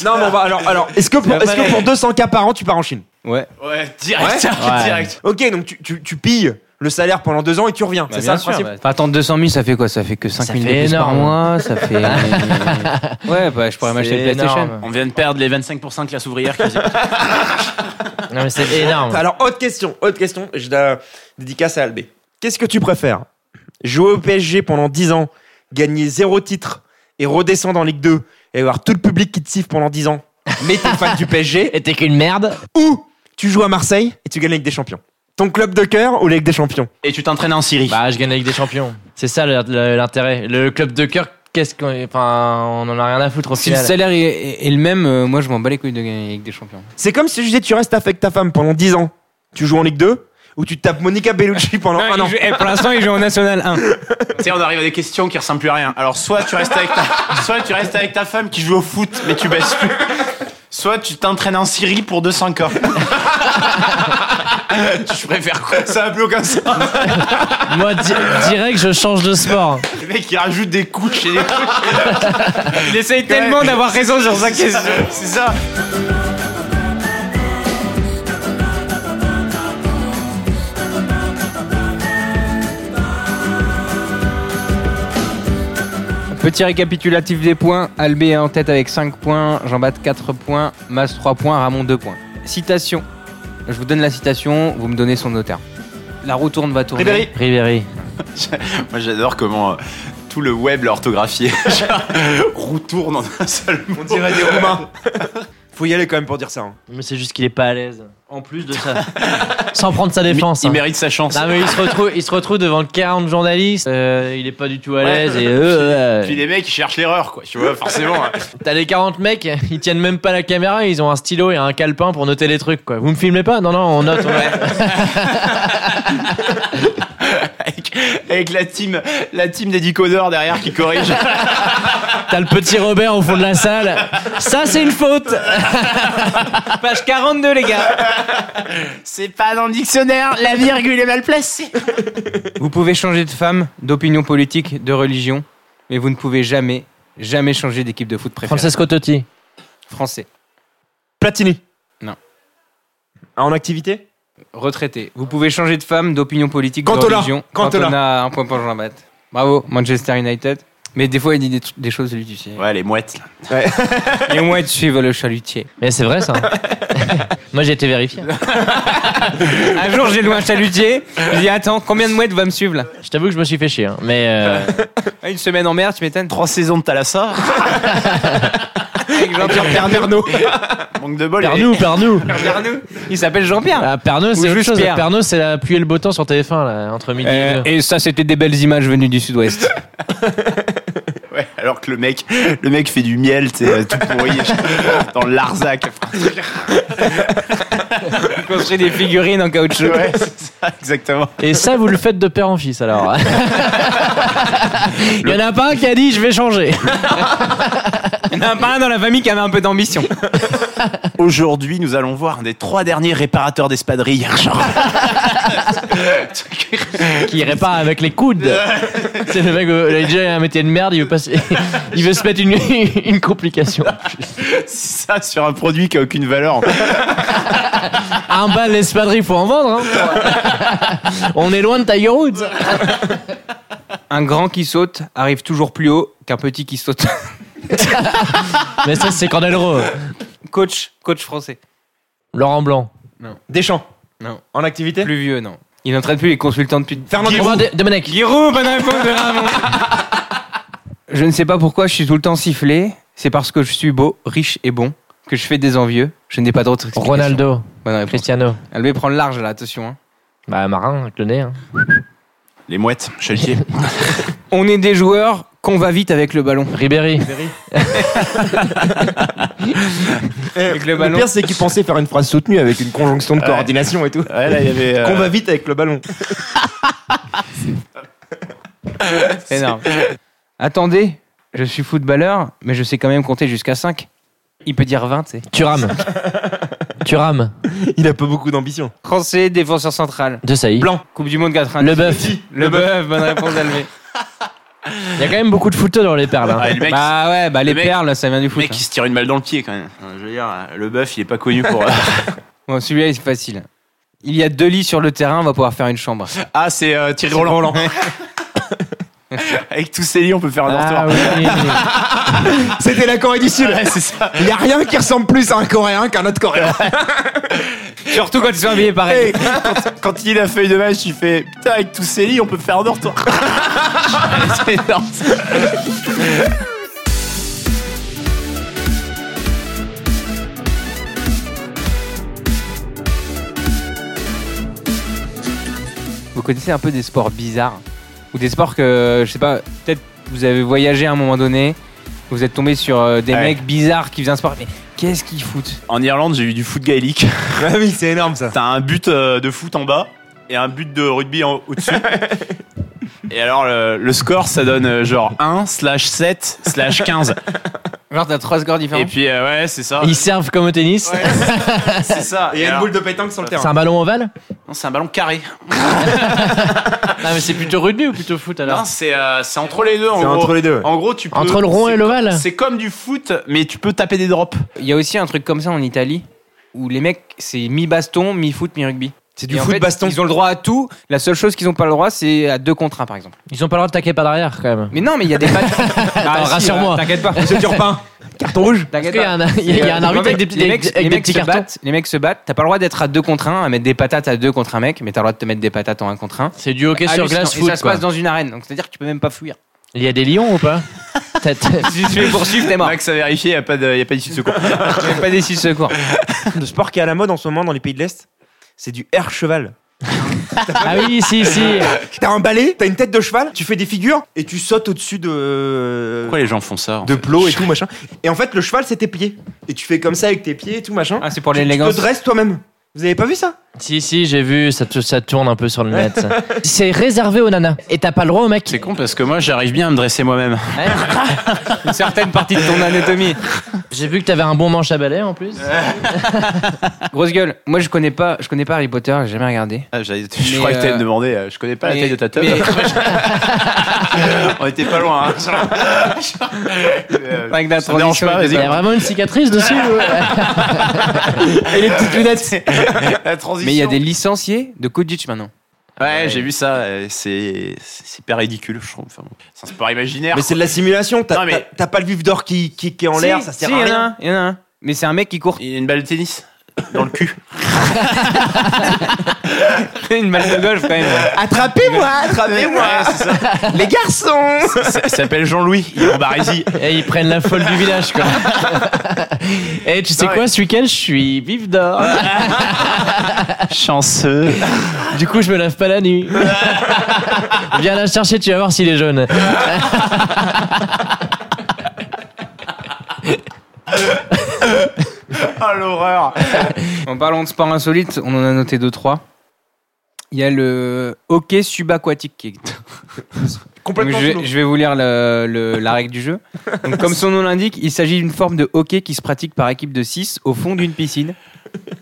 A: Non, mais on va- alors, alors euh, est-ce que, pour,
D: C'est pas
A: est-ce que
D: pareil.
A: pour 200K par an, tu pars en Chine
D: Ouais.
C: [laughs] Ouais, direct. direct.
A: Ok, donc tu, tu, tu pilles le salaire pendant deux ans et tu reviens. c'est ça le principe
D: Enfin, bah. attends, 200 000, ça fait quoi Ça fait que 5
B: Ça
D: 000 de
B: fait
D: plus par
B: énorme.
D: mois. Ça fait. ouais, bah, je pourrais m'acheter
B: C'est
D: le PlayStation.
B: énorme.
C: On vient de perdre les 25% de classe ouvrière. [laughs] qui-
B: Non, mais c'est énorme.
A: Alors, autre question, autre question, je la dédicace à Albé. Qu'est-ce que tu préfères Jouer au PSG pendant 10 ans, gagner zéro titre et redescendre en Ligue 2 et avoir tout le public qui te siffle pendant 10 ans, mais t'es fan du PSG,
B: [laughs] Et t'es qu'une merde.
A: ou tu joues à Marseille et tu gagnes la Ligue des Champions Ton club de cœur ou la Ligue des Champions
C: Et tu t'entraînes en Syrie.
B: Bah, je gagne la Ligue des Champions. C'est ça le- le- l'intérêt. Le club de cœur, qu'est-ce qu'on. Enfin, on en a rien à foutre au
D: Si le
B: final.
D: salaire est, est- est le même, euh, moi je m'en bats les couilles de gagner avec des champions.
A: C'est comme si je disais tu restes avec ta femme pendant 10 ans, tu joues en Ligue 2 ou tu tapes Monica Bellucci pendant un an.
D: pour l'instant, il joue en National 1.
C: Tu sais, on arrive à des questions qui ressemblent plus à rien. Alors, soit tu restes avec ta, [laughs] soit tu restes avec ta femme qui joue au foot, mais tu baisses plus. Soit tu t'entraînes en Syrie pour 200 [laughs] corps. Je préfère quoi Ça n'a plus aucun sens.
B: Moi, di- direct, je change de sport.
C: Le mec, il rajoute des couches et des couches.
D: Il essaye tellement d'avoir raison sur sa question.
C: C'est ça.
D: Petit récapitulatif des points. Albé est en tête avec 5 points, Jean-Bat 4 points, Mas 3 points, Ramon 2 points. Citation. Je vous donne la citation, vous me donnez son auteur. La roue tourne va tourner.
C: Ribéry.
B: Ribéry.
C: Moi, j'adore comment euh, tout le [laughs] web l'a orthographié. Genre, Roue tourne en un seul mot.
A: On dirait des Roumains. [laughs] Faut y aller quand même pour dire ça. hein.
B: Mais c'est juste qu'il est pas à l'aise.
K: En plus de ça,
B: [laughs] Sans prendre sa défense.
C: Il
B: hein.
C: mérite sa chance.
B: Non, mais il se retrouve, il se retrouve devant 40 journalistes. euh, il est pas du tout à l'aise. Et euh,
C: Puis
B: euh,
C: les mecs, ils cherchent l'erreur, quoi. Tu vois, forcément. hein.
B: t'as les 40 mecs, ils tiennent même pas la caméra. Ils ont un stylo et un calepin pour noter les trucs. Quoi. Vous me filmez pas Non, non, on note. on note.
C: avec, avec la team, la team des décodeurs derrière qui corrige.
B: T'as le petit Robert au fond de la salle. Ça, c'est une faute.
D: Page 42, les gars.
C: [laughs] C'est pas dans le dictionnaire, la virgule est mal placée.
D: Vous pouvez changer de femme, d'opinion politique, de religion, mais vous ne pouvez jamais, jamais changer d'équipe de foot préférée.
B: Francesco Totti.
D: Français.
A: Platini. Ah,
D: Non.
A: En activité
D: Retraité. Vous pouvez changer de femme, d'opinion politique, de
A: Cantona.
D: religion.
A: Cantona.
D: a un point pour Jean Bat. Bravo, Manchester United. Mais des fois, il dit des, tr- des choses, lui, tu sais.
C: Ouais, les mouettes.
D: Et moi, tu suivre le chalutier.
B: Mais c'est vrai ça. [laughs] Moi j'ai été vérifié.
D: Un jour, j'ai loué un chalutier. Je dis, attends, combien de mouettes va me suivre, là
B: Je t'avoue que je me suis fait chier. hein. Mais
D: [laughs]
B: euh,
D: Ah, Une semaine en mer, tu m'étonnes.
C: Trois saisons de Thalassa.
D: Avec Jean-Pierre
C: Pernaud. Manque de bol.
B: Pernou, Pernou.
D: Pernaut. Il s'appelle Jean-Pierre.
B: Ah, Pernou, c'est autre
D: juste
B: chose.
D: Pierre.
B: Pernou, c'est la pluie et le beau temps sur TF1 là, entre midi et
D: Euh,
B: deux.
D: et ça, c'était des belles images venues
C: [laughs]
D: du sud-ouest.
C: Ouais, alors que le mec, le mec fait du miel, t'es tout pourri, [laughs] dans le Larzac.
D: Il construit des figurines en caoutchouc.
C: Ouais, c'est ça, exactement.
B: Et ça, vous le faites de père en fils
D: [laughs]
B: alors. Il y en a pas un qui a dit je vais changer.
D: Il y en a un parrain dans la famille qui avait un peu d'ambition.
C: Aujourd'hui, nous allons voir un des trois derniers réparateurs d'espadrilles. Genre,
B: Qui répare avec les
D: [laughs]
B: coudes. C'est le mec, euh, il a déjà un métier de merde, il veut, pas se- [laughs] il veut se mettre une, [laughs] une complication.
C: [laughs] c'est ça sur un produit qui a aucune valeur.
B: Un bal Ah, l'espadrille, faut en vendre. [laughs] hein. On est loin de Tiger Woods.
D: Un grand qui saute arrive toujours plus haut qu'un petit qui saute. [laughs]
B: Mais ça, c'est Cornelro.
D: coach, coach français.
B: Laurent Blanc.
A: Deschamps.
D: Non.
A: En activité
D: Plus vieux, non. Il n'entraîne plus les consultants depuis.
A: Fernand
B: Robin De- Domenech.
D: Giroud, bonne réponse de
C: [laughs]
D: Ramon. Je ne sais pas pourquoi je suis tout le temps sifflé. C'est parce que je suis beau, riche et bon que je fais des envieux. Je n'ai pas d'autre explication.
B: Ronaldo.
D: Bonne réponse.
B: Cristiano.
D: Elle veut prendre large là, attention. hein.
B: Bah, marin, avec le nez. hein.
C: Les mouettes, [laughs] chalutier.
D: On est des joueurs qu'on va vite avec le ballon.
B: Ribéry.
D: Avec le
A: Eh, Le
D: ballon.
A: pire, c'est qu'il pensait faire une phrase soutenue avec une conjonction de coordination et tout.
C: Ouais, là, il y avait. euh,
A: Qu'on va vite avec le ballon.
D: [laughs] Énorme. [laughs] Attendez, je suis footballeur, mais je sais quand même compter jusqu'à 5. Il peut dire 20, tu sais.
B: Thuram. Thuram.
A: Il a pas beaucoup d'ambition.
D: Français, défenseur central.
B: De Saï.
D: Blanc, Coupe du Monde 90.
B: Le bœuf.
D: Le bœuf, bonne réponse [laughs] d'Alvé.
B: Il y a quand même beaucoup de footeux dans les perles. hein.
C: ouais, le mec,
D: Bah ouais, bah les
C: mec-
D: perles, ça vient du
C: le
D: foot. hein.
C: mec, il se tire une balle dans le pied quand même. Euh, Je veux dire, euh, le bœuf, il est pas connu [laughs] pour. euh,
D: hein. Bon, celui-là, il est facile. Il y a deux lits sur le terrain, on va pouvoir faire une chambre.
C: Ah, c'est euh, Thierry Roland.
D: [laughs]
C: Avec tous ces lits, on peut faire un dortoir.
B: Ah, oui.
A: C'était la Corée du Sud.
C: [laughs] Ouais, c'est ça.
A: Il y a rien qui ressemble plus à un Coréen qu'un autre Coréen.
D: Surtout quand ils sont habillés pareil.
C: Quand, quand il lit la feuille de match, il fait Putain, avec tous ces lits, on peut faire un dortoir. c'est énorme.
D: Vous connaissez un peu des sports bizarres Ou des sports que, je sais pas, peut-être vous avez voyagé à un moment donné, vous êtes tombé sur euh, des
C: Ouais.
D: mecs bizarres qui faisaient un sport. Mais qu'est-ce qu'ils foutent
C: En Irlande, j'ai eu du foot gaélique.
A: [laughs] Ah oui, c'est énorme ça.
C: T'as un but euh, de foot en bas et un but de rugby en- au-dessus. [laughs] Et alors, le, le score, ça donne euh, genre 1 slash 7 slash 15.
D: Genre, t'as trois scores différents.
C: Et puis, euh, ouais, c'est ça.
B: Ils servent comme au tennis.
C: C'est ça.
A: Il y a une
C: alors-
A: boule de pétanque sur le
B: C'est
A: terrain.
B: un ballon ovale
C: Non, c'est un ballon carré.
B: Non, mais c'est plutôt rugby ou plutôt foot
C: Non,
B: alors
C: c'est euh, c'est entre les deux. En
A: C'est
C: gros.
A: entre les deux.
C: En gros, tu peux.
B: Entre le rond et
C: c'est-
B: l'ovale
C: C'est comme du foot, mais tu peux taper des drops.
D: Il y a aussi un truc comme ça en Italie où les mecs, c'est mi-baston, mi-foot, mi-rugby.
A: C'est
D: Et en fait, Ils ont le droit à tout. La seule chose qu'ils n'ont pas le droit, c'est à deux contre un, par exemple.
B: Ils ont pas le droit de taquer par derrière quand même.
D: Mais non, mais il y
A: [laughs]
D: a des matchs. Ah, si,
B: rassure-moi.
D: euh, T'inquiète pas.
A: Bah, Monsieur Turpin, carton rouge.
B: Parce
D: T'inquiète
B: qu'il y a
D: pas.
B: un, il y a un
D: Euh, en
B: arbitre
D: fait,
B: avec des petits,
D: les
B: des-
D: mecs,
B: avec
D: les
B: des
D: mecs
B: petits
D: se
B: cartons.
D: battent. Les mecs se battent. T'as pas le droit d'être à deux contre un, à mettre des patates à deux contre un mec, mais t'as le droit de te mettre des patates en un contre un.
B: C'est du hockey sur
D: Hallucinant.
B: glace
D: Et
B: foot.
D: ça se
B: quoi.
D: passe dans une arène, donc c'est-à-dire que tu peux même pas fuir.
B: Il y a des lions ou pas T'as- t'as-
D: Si tu te fais poursuivre, t'es mort.
C: Max a vérifié, il n'y a pas de- y a pas d'issue de secours.
D: Même pas des six secours.
A: Le sport qui est à la mode en ce moment dans les pays de l'Est, c'est du air cheval.
B: [laughs] [laughs] Ah oui, si, si.
A: T'as un balai, t'as une tête de cheval, tu fais des figures et tu sautes au-dessus de.
C: Pourquoi les gens font ça en
A: de
C: fait
A: plot et tout machin. Et en fait, le cheval, c'est tes pieds. Et tu fais comme ça avec tes pieds et tout machin.
D: Ah, c'est pour
A: tu te
D: l'élégance.
A: dresses toi-même. Vous avez pas vu ça
B: Si, si, j'ai vu, ça, te- ça tourne un peu sur le net. ça. C'est réservé aux nanas. Et t'as pas le droit aux mecs.
C: C'est con parce que moi j'arrive bien à me dresser moi-même.
D: Une certaine partie de ton anatomie.
B: J'ai vu que t'avais un bon manche à balai en plus.
D: Grosse gueule. Moi, je connais pas, je connais pas Harry Potter, j'ai jamais regardé.
C: Ah, j'allais- je
D: Mais,
C: crois que t'allais
D: euh,
C: me demander, euh, je connais pas
D: mais-
C: la taille de ta table. [laughs] On était pas loin. [laughs] Hein.
D: Avec la
C: Ça me dérange
D: transition.
C: pas,
D: et
C: vas-y.
B: Il y a vraiment une cicatrice dessus. [laughs]
D: tout. Et les petites lunettes.
C: La transition.
D: Mais il y a des licenciés de Kudich maintenant.
C: Ouais, j'ai vu ça. euh, C'est c'est- c'est hyper ridicule, je trouve. Enfin, bon, c'est un sport imaginaire.
A: Mais c'est de la simulation. T'as
C: Non, mais-
A: t'as- t'as pas le vif d'or qui, qui, qui est en l'air, ça sert
D: si,
A: à
D: il y en a
A: rien.
D: un, il y en a un. Mais c'est un mec
C: [laughs]
D: qui court.
C: Il y a une balle de tennis dans le cul.
D: une balle de golf quand même.
A: Attrapez-moi, [laughs] attrapez-moi,
C: Ah, Ouais, c'est ça. [laughs]
A: les garçons
C: Il s'appelle Jean-Louis. Il est en barésie.
B: Et Eh, ils prennent la folle du village,
C: [laughs]
B: quoi. Et tu sais
C: Non,
B: quoi, ce week-end, je suis vif d'or.
C: [laughs] Chanceux.
B: Du coup, je me lave pas la
C: [laughs]
B: nuit. Viens la chercher, tu vas voir s'il est jaune.
C: Oh l'horreur.
D: En parlant de sport insolite, on en a noté deux trois. Il y a le hockey subaquatique qui existe.
A: [laughs] Complètement
D: Donc, je,
A: sous
D: vais,
A: l'eau.
D: je vais vous lire le- le- la règle du jeu. Donc, comme son nom l'indique, il s'agit d'une forme de hockey qui se pratique par équipe de 6 au fond d'une piscine.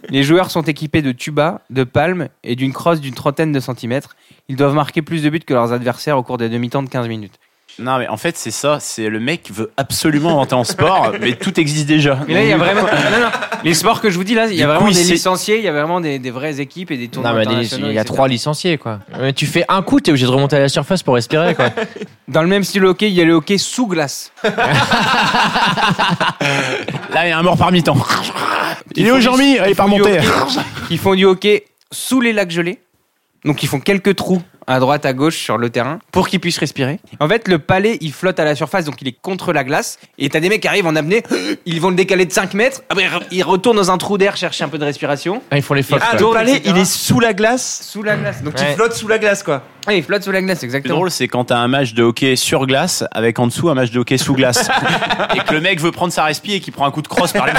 D: Les joueurs sont équipés de tubas, de palmes et d'une crosse d'une trentaine de centimètres. Ils doivent marquer plus de buts que leurs adversaires au cours des demi-temps de 15 minutes.
C: Non, mais en fait, c'est ça. C'est le mec qui veut absolument inventer en sport, mais tout existe déjà.
D: Mais là, il y a vraiment. non, non. Les sports que je vous dis là, il y
C: Du
D: a
C: coup,
D: vraiment
C: il
D: des
C: s'est-
D: licenciés, il y a vraiment des, des vraies équipes et des tournois.
B: Non, mais des-
D: internationaux,
B: il y a
D: etc.
B: trois licenciés, quoi. Mais tu fais un coup, t'es obligé de remonter à la surface pour respirer, quoi.
D: Dans le même style de hockey, il y a le hockey sous glace.
C: [laughs] Là, il y a un mort
B: [laughs]
C: parmi temps. Il est où, Jean-Mi Il est pas
D: font du
C: monté.
D: hockey- Ils font du hockey sous les lacs gelés. Donc ils font quelques trous à droite, à gauche sur le terrain pour qu'ils puissent respirer. En fait, le palais, il flotte à la surface, donc il est contre la glace. Et t'as des mecs qui arrivent en apnée, ils vont le décaler de 5 mètres, après ils retournent dans un trou d'air chercher un peu de respiration.
B: Ah, ils font les phoques,
D: Ah,
B: quoi.
D: donc-
A: Le palais,
C: hein.
D: etc.
A: il est sous la glace.
D: Sous la glace. Donc
A: Tu flottes sous la glace, quoi.
D: ils, ils flottent sous la glace,
C: Le plus
D: exactement.
C: drôle, c'est quand t'as un match de hockey sur glace avec en dessous un match de hockey sous glace. et que le mec veut prendre sa respi et qu'il prend un coup de crosse par les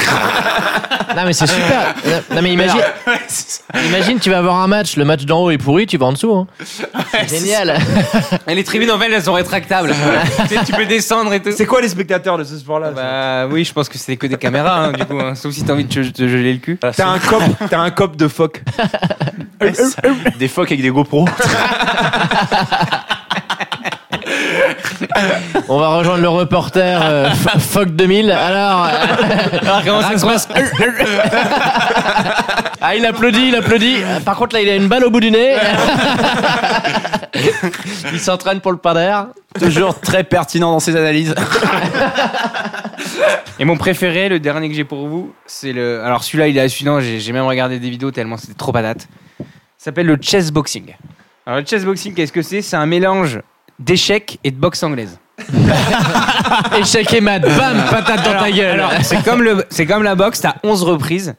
B: Non,
C: [laughs]
B: mais c'est super. Non, mais imagine,
C: Ouais, c'est ça.
B: imagine, tu vas avoir un match, le match d'en haut est pourri, tu vas en dessous. hein.
C: c'est
B: Génial.
D: Et les tribunes en fait, elles sont rétractables. tu, sais, tu peux descendre et tout.
A: C'est quoi les spectateurs de ce sport-là
D: Bah oui, je pense que c'est que des caméras, hein, du coup. hein. Sauf si t'as envie de te, te geler le cul.
A: T'as un
D: [laughs]
A: cop, t'as un cop de phoque.
C: Ouais, c'est ça. Des phoques avec des GoPros.
B: On va rejoindre le reporter euh, [laughs] Fo- Foc 2000.
C: [laughs]
B: Alors, euh,
D: comment ça se passe
B: [laughs] ah, il applaudit, il applaudit. Euh, Par contre, là, il a une balle au bout du
C: [laughs]
B: nez. il s'entraîne pour le pas d'air.
C: Toujours très pertinent dans ses analyses.
D: Et mon préféré, le dernier que j'ai pour vous, c'est le. Alors celui-là, il est hallucinant. J'ai j'ai même regardé des vidéos tellement c'était trop patate. Ça s'appelle le chess boxing. Alors le chess boxing, qu'est-ce que c'est C'est un mélange d'échecs et de boxe anglaise.
B: Échec et mat, bam, patate dans ta gueule.
D: Alors, c'est comme, le, c'est comme la boxe, t'as 11 reprises.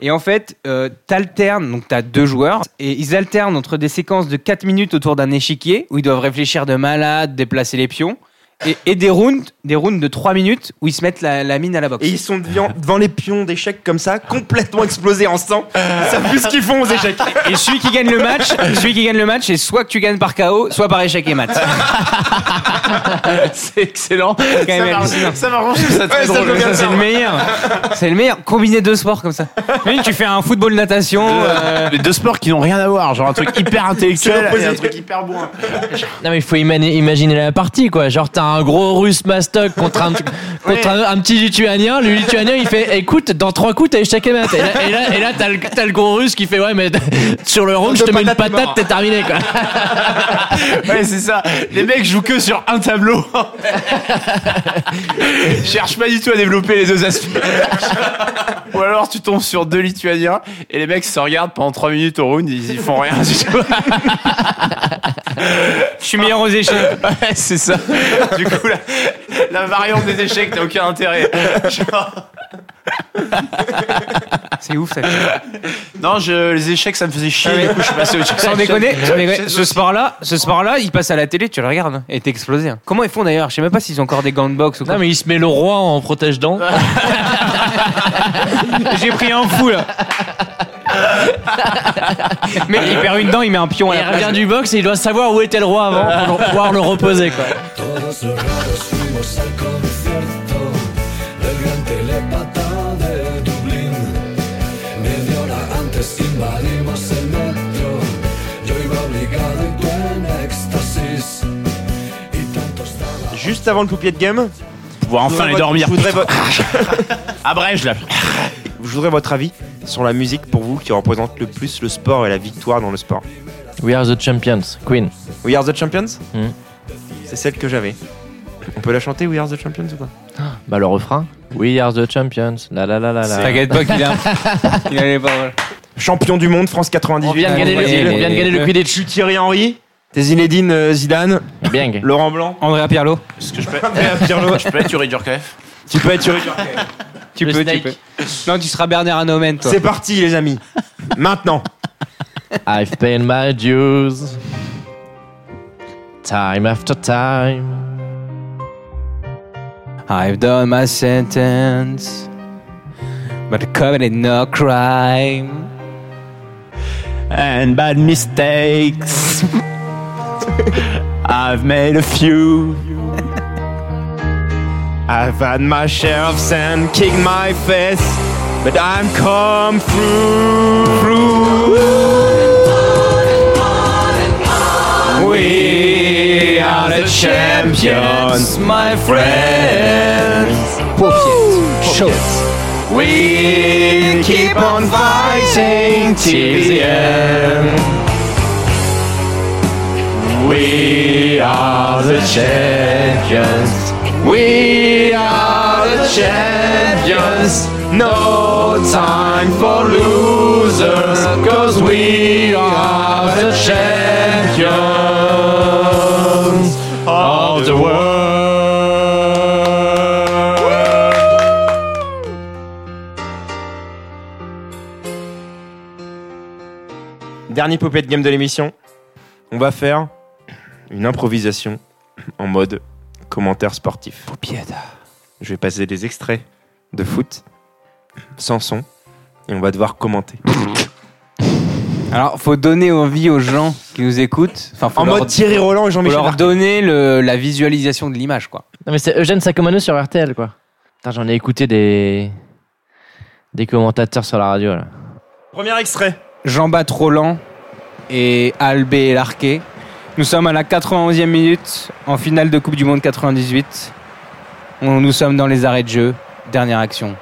D: Et en fait, euh, t'alternes, donc t'as deux joueurs, et ils alternent entre des séquences de 4 minutes autour d'un échiquier, où ils doivent réfléchir de malade, déplacer les pions, et, et des rounds, des rounds de 3 minutes, où ils se mettent la, la mine à la boxe.
A: Et ils sont devant, devant les pions d'échecs comme ça, complètement explosés en sang. Ils savent plus ce qu'ils font aux échecs.
D: Et celui qui gagne le match, celui qui gagne le match, c'est soit que tu gagnes par KO, soit par échec et mat.
C: C'est excellent.
D: C'est quand même hallucinant.
C: Ça marche, je trouve ça
A: Ouais,
C: très
A: ça
C: drôle.
A: me
D: Ça, c'est le meilleur. C'est le meilleur. Combiner deux sports comme ça. Imagine, tu fais un football natation. euh,
C: Les deux sports qui n'ont rien à voir, genre un truc hyper intellectuel et un truc hyper bon. hein.
B: Non mais il faut imani- imaginer la partie quoi. Genre t'as un gros russe mastoc contre
D: [laughs]
B: un, contre un, un petit lituanien. Le lituanien il fait écoute dans trois coups t'as échec et mat. Et là, et là, et là, t'as, le, t'as le gros russe qui fait ouais mais [laughs] sur le round je te mets une patate t'es terminé quoi.
C: Ouais, c'est ça. Les mecs jouent que sur un [laughs] tableau. Cherche pas du tout à développer les deux aspects. Ou alors tu tombes sur deux Lituaniens et les mecs se regardent pendant 3 minutes au round, ils y font rien du tout.
D: [laughs] Je suis meilleur
B: [laughs]
D: aux échecs.
C: Ouais, c'est ça. Du coup, la, la variante des échecs n'a aucun intérêt. Genre-
D: C'est ouf ça.
C: Non, je, les échecs, ça me faisait chier.
D: Ah ouais.
C: Du coup, je suis passé au check.
D: Sans déconner, sans déconner, ce sport-là, ce sport-là, il passe à la télé, tu le regardes et t'es explosé. hein. Comment ils font d'ailleurs Je sais même pas s'ils ont encore des gants de boxe ou quoi.
B: Non, mais il se met le roi en protège-dents.
D: [laughs] J'ai pris un fou
B: [laughs]
D: là. Mais il perd une dent, il met un pion à
B: Il
D: la place.
B: revient du box et il doit savoir où était le roi avant pour pouvoir le reposer, quoi.
G: Todos cerrados fuimos al concierto del gran telepata de Dublín. Media hora antes invadimos el metro. Yo iba obligado y tú en éxtasis. Y tanto estaba.
A: Juste avant le coupier de game,
C: Pouvoir enfin aller
A: je voudrais votre-
C: dormir. Ah,
A: Je voudrais, votre-
C: Abrège là.
A: je voudrais votre avis sur la musique pour vous qui représente le plus le sport et la victoire dans le sport.
B: We are the champions, Queen.
A: We Are the Champions
B: Hmm.
A: C'est celle que j'avais. On peut la chanter We Are the Champions ou pas
B: Bah, le refrain. We are the champions. La la la la la.
D: T'inquiète pas qu'il a. Il allait pas mal.
A: Champion du monde France 98.
B: On vient de gagner le, on vient de gagner le Quidditch.
A: Tu Thierry Henry, t'es Zinedine euh, Zidane,
B: Bien.
A: Laurent Blanc.
D: Andrea Pirlo,
C: Est-ce que je peux [laughs] être, je peux être Yuri Durkheim
A: Tu peux être Thierry
D: tu
B: Le
D: peux, tu
B: Snake.
D: peux. Non, tu seras Bernard Hanomen, toi.
A: C'est parti les amis. Maintenant.
B: I've paid my dues time after time.
D: I've done my sentence, but committed no crime.
C: And bad mistakes. I've made a few.
A: I've had my share of sand, kicked my face, but I'm come through. We are the champions.
D: my friends.
B: Show.
A: We keep on fighting till the end. We are the champions. We are the champions. No time for losers, cause we are the champions of the world. Dernier popé de game de l'émission. On va faire une improvisation en mode commentaire sportif. Je vais passer des extraits de foot sans son et on va devoir commenter.
D: Alors, faut donner envie aux gens qui nous écoutent. Enfin, faut
A: En
D: leur,
A: mode Thierry Roland et
D: faut
A: Jean-Michel.
D: leur
A: Jarre.
D: donner le- la visualisation de l'image, quoi.
B: Non mais c'est Eugène Sacomano sur RTL quoi. Putain, j'en ai écouté des des commentateurs sur la radio là.
A: Premier extrait.
D: Jean-Bat Roland et Albé Larquet. Nous sommes à la 91e minute en finale de Coupe du Monde 98. On- Nous sommes dans les arrêts de jeu. Dernière action.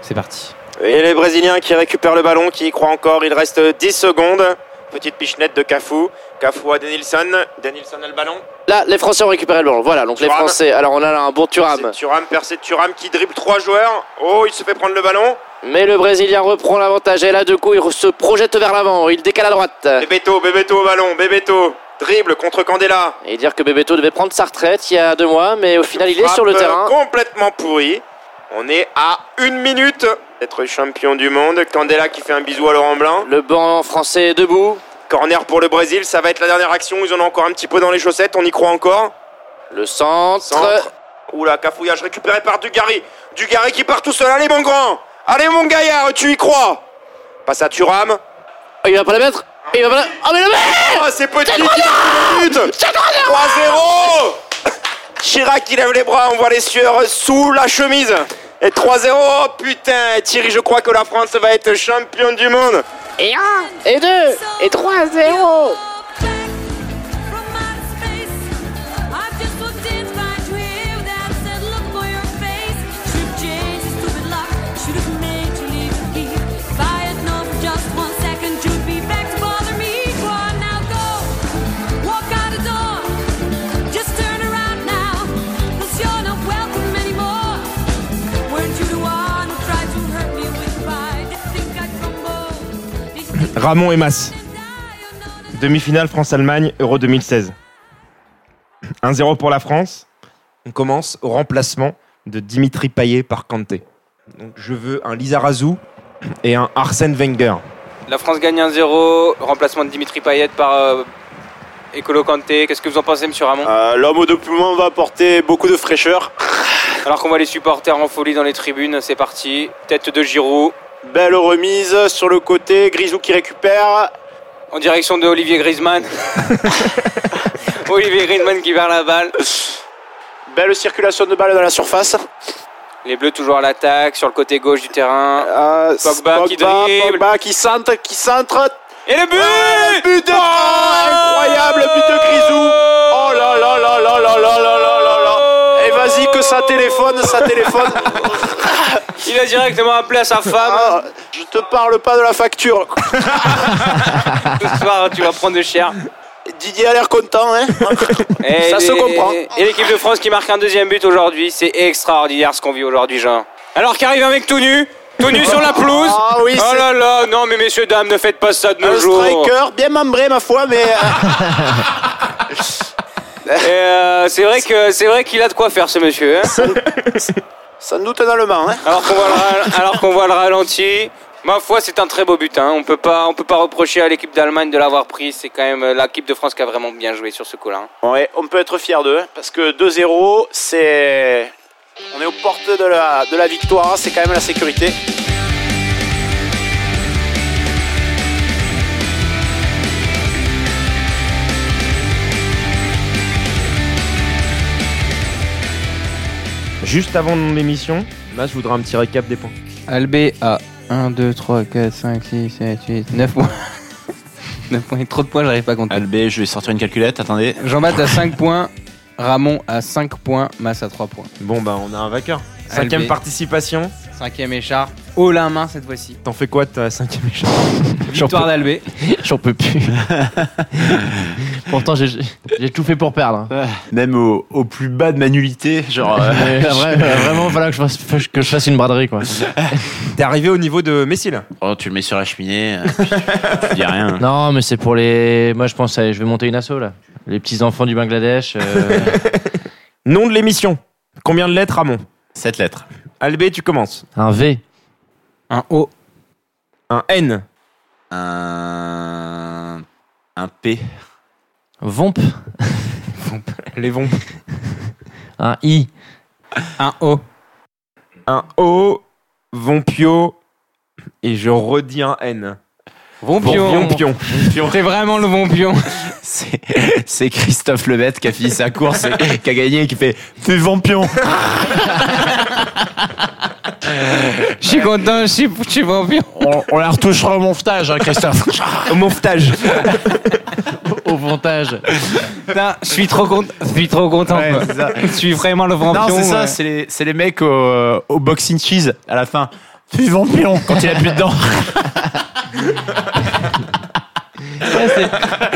D: C'est parti.
A: Et les Brésiliens qui récupèrent le ballon, qui y croient encore, il reste 10 secondes. Petite pichenette de Cafou. Cafou à Denilson. Denilson a le ballon.
L: Là, les Français ont récupéré le ballon. Voilà, donc les
A: Thuram.
L: Français. Alors on a là un bon Turam.
A: C'est Thuram, percé de Thuram qui dribble trois joueurs. Oh, il se fait prendre le ballon.
L: Mais le Brésilien reprend l'avantage. Et là, du coup, il se projette vers l'avant. Il décale à droite.
A: Bebeto, Bebeto au ballon, Bebeto. Dribble contre Candela.
L: Et dire que Bebeto devait prendre sa retraite il y a deux mois, mais au final, il est sur le
A: Frappe
L: terrain.
A: Complètement pourri. On est à une minute d'être champion du monde. Candela qui fait un bisou à Laurent Blanc.
L: Le banc français est debout.
A: Corner pour le Brésil, ça va être la dernière action. Ils en ont encore un petit peu dans les chaussettes, on y croit encore.
L: Le centre.
A: Centre. Oula, cafouillage récupéré par Dugarry. Dugarry qui part tout seul. Allez, mon grand Allez, mon gaillard, tu y crois Passe à Turam.
L: Oh, il va pas la mettre. Il va pas la. Oh, mais le mec
A: Oh, c'est petit qui marque le but 3-0 Chirac, il lève les bras, on voit les sueurs sous la chemise. Et 3-0, oh, putain Thierry, je crois que la France va être championne du monde.
L: Et un, et deux, et trois, à zéro.
E: Ramon et Mas. Demi-finale France-Allemagne, Euro 2016.
A: 1-0 pour la France. On commence au remplacement de Dimitri Payet par Kanté. Donc je veux un Lizarazu et un Arsène Wenger.
D: La France gagne 1-0, remplacement de Dimitri Payet par euh, Ekolo Kanté. Qu'est-ce que vous en pensez, monsieur Ramon
L: Euh, L'homme au document va apporter beaucoup de fraîcheur.
D: [laughs] Alors qu'on voit les supporters en folie dans les tribunes, c'est parti. Tête de Giroud,
L: Belle remise sur le côté, Grisou qui récupère.
D: en direction de Olivier
L: [laughs]
D: Griezmann. Olivier Griezmann qui perd la balle.
L: Belle circulation de balle dans la surface.
D: Les Bleus toujours à l'attaque, sur le côté gauche du terrain.
L: Euh,
D: Pogba qui dribble.
L: Pogba qui centre, qui centre. Ah,
D: Et le but oh
L: Le but de Incroyable but de Grisou. Oh là là là là là là là là là
D: Oh,
L: là. Et vas-y que ça téléphone,
D: [laughs]
L: ça téléphone.
D: Il a directement appelé à sa femme.
L: Ah, je te parle pas de la facture.
D: Ce soir, tu vas prendre de cher.
L: Didier a l'air content, hein
D: Et
L: Ça se
D: les-
L: comprend.
D: eh, Et l'équipe de France qui marque un deuxième but aujourd'hui. C'est extraordinaire ce qu'on vit aujourd'hui, Jean. Alors qu'arrive un mec tout nu, tout nu sur la pelouse.
L: Ah oui,
D: oh
L: c'est-
D: là là, non mais messieurs, dames, ne faites pas ça de nos
L: Un
D: jours.
L: striker, bien membré ma foi, mais euh,
D: Et, euh, c'est vrai que c'est vrai qu'il a de quoi faire ce monsieur. hein.
L: [laughs] sans doute un allemand, hein
D: Alors qu'on voit, le ral- alors qu'on voit le ralenti. Ma foi, c'est un très beau but. hein. On peut pas, on peut pas reprocher à l'équipe d'Allemagne de l'avoir pris. C'est quand même euh, l'équipe de France qui a vraiment bien joué sur ce coup-là. hein.
L: Ouais, on peut être fier d'eux, hein, parce que 2-0, c'est. On est aux portes de la, de la victoire, hein, c'est quand même la sécurité.
A: Juste avant l'émission, là je voudrais un petit récap des points.
D: Albé à 1, 2, 3, 4, 5, 6, 7, 8, 9 points. [laughs] 9 points, trop de points, j'arrive pas à compter.
C: Albé, je vais sortir une calculette, attendez.
D: Jean-Baptiste à 5 points, Ramon à 5 points, Mass à 3 points.
A: Bon bah on a un vainqueur. Cinquième
D: Albé.
A: participation.
D: Cinquième écharpe, haut la main cette fois-ci.
A: T'en fais quoi ta cinquième
C: [laughs]
A: échange
D: Victoire d'Albé.
B: [laughs] J'en peux plus. Pourtant, j'ai j'ai tout fait pour perdre. hein.
C: Même au, au plus bas de ma nullité, genre. euh,
B: [laughs] Mais vra- vraiment, voilà que je, fasse, que je fasse une braderie, quoi.
A: T'es arrivé au niveau de Messi là.
C: oh, tu le mets sur la cheminée, euh, puis tu, tu dis [laughs] rien.
B: Non, mais c'est pour les. Moi, je pense, allez, je vais monter une asso, là. Les petits enfants du Bangladesh. euh,
A: Nom de l'émission. Combien de lettres Ramon
C: Cette lettre.
A: Albé tu commences.
B: un V.
D: Un haut.
A: Un N.
C: Un. Un P.
B: Vomp.
A: Les vont.
B: Un I.
D: Un haut.
A: Un O. Vompio. Et je redis un N.
D: Vompion.
A: Vompion.
D: C'est vraiment le vompion.
C: C'est c'est Christophe Lebet qui a fini sa course, et qui a gagné et qui fait T'es vampion
D: Je suis content, je suis, je suis vampion.
C: on, on la retouchera au montage, hein, Christophe.
A: Au montage.
B: Au montage.
D: Putain, je suis trop content. Je suis trop content.
C: Ouais,
D: quoi.
C: c'est ça.
D: Je suis vraiment le vampion.
C: Non, c'est ça,
D: ouais.
C: c'est les, c'est les mecs au, euh, au boxing cheese à la fin. T'es vampion quand il appuie [laughs] dedans.
B: Ouais,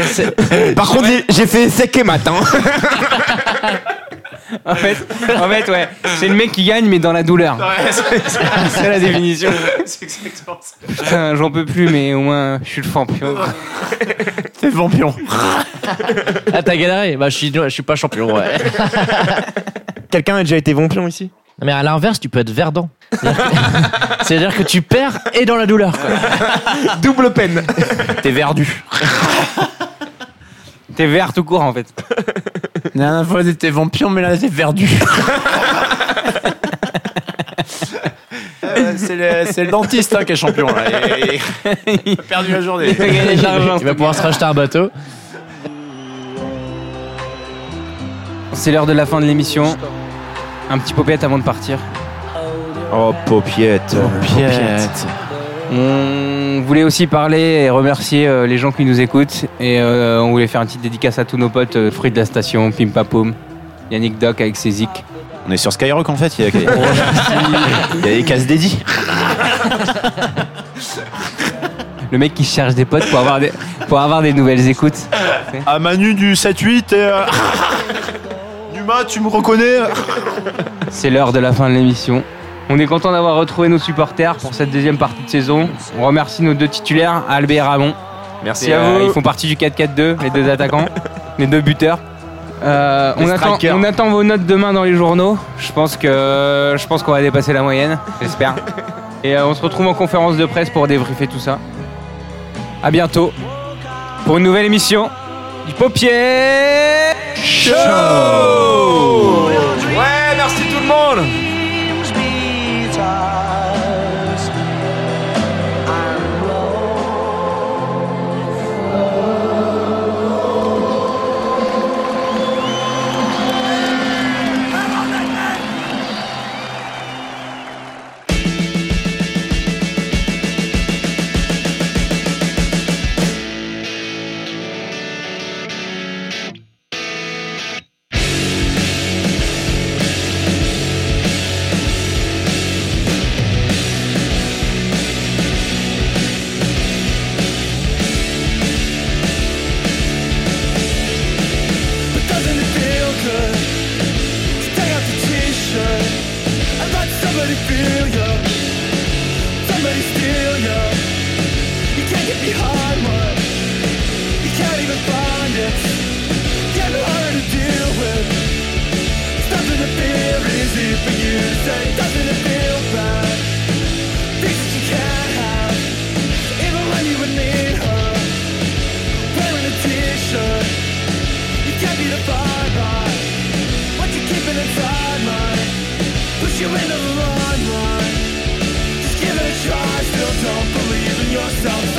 B: c'est- c'est-
A: Par contre j'ai- j'ai fait sec
C: [laughs]
A: matin.
D: En fait, en fait, ouais. C'est le mec qui gagne, mais dans la douleur. C'est la définition.
C: C'est exactement ça.
D: Putain, j'en peux plus, mais au moins, je suis le champion.
C: T'es vampion.
B: Ah, t'as galéré Bah, je suis, je suis pas champion, ouais.
A: Quelqu'un a déjà été vampion ici
B: Non, mais à l'inverse, tu peux être verdant. C'est-à-dire que- [laughs] C'est-à-dire que tu perds et dans la douleur, quoi.
A: Double peine.
C: T'es verdu.
D: T'es vert tout court, en fait.
C: La dernière fois, t'étais vampion, mais là, t'es verdu. c'est le, c'est le dentiste hein, qui est
B: [laughs]
C: champion. là. Il- il- [laughs] il a perdu la journée.
D: T'as gagné de l'argent.
B: Il va pouvoir se racheter un bateau.
D: C'est l'heure de la fin de l'émission. Un petit popette avant de partir.
A: Oh paupiette.
D: On voulait aussi parler et remercier euh, les gens qui nous écoutent. Et euh, on voulait faire une petite dédicace à tous nos potes, euh, Fruits de la Station, Pim Papoum, Yannick Doc avec ses zik.
C: On est sur Skyrock en fait. Il y a, il y a des cases dédiées.
D: Le mec qui cherche des potes pour avoir des, pour avoir des nouvelles écoutes.
C: À Manu du 7-8 et. euh, [laughs] Numa, tu me reconnais
D: C'est l'heure de la fin de l'émission. On est content d'avoir retrouvé nos supporters pour cette deuxième partie de saison. On remercie nos deux titulaires, Albert et Ramon.
A: Merci
D: Et,
A: à
D: euh,
A: vous.
D: Ils font partie du 4-4-2, les deux attaquants, les deux buteurs. Euh,
C: Les
D: on, attend,
C: strikers.
D: on attend vos notes demain dans les journaux. Je pense que je pense qu'on va dépasser la moyenne, j'espère. Et euh, on se retrouve en conférence de presse pour débriefer tout ça. À bientôt pour une nouvelle émission du Paupier Show.
C: Ouais, merci tout le monde.
L: But doesn't it feel good to take off the t-shirt and let somebody feel you? Somebody steal you. You can't get behind one. You can't even find it. Getting harder to deal with. It's nothing to feel easy for you to say. Doesn't it feel bad? Things that you can't have, even when you would need her. Wearing a t-shirt. You can't be defined by what you're keeping inside, mine. Push you into the limelight. Just give it a try. Still don't believe in yourself.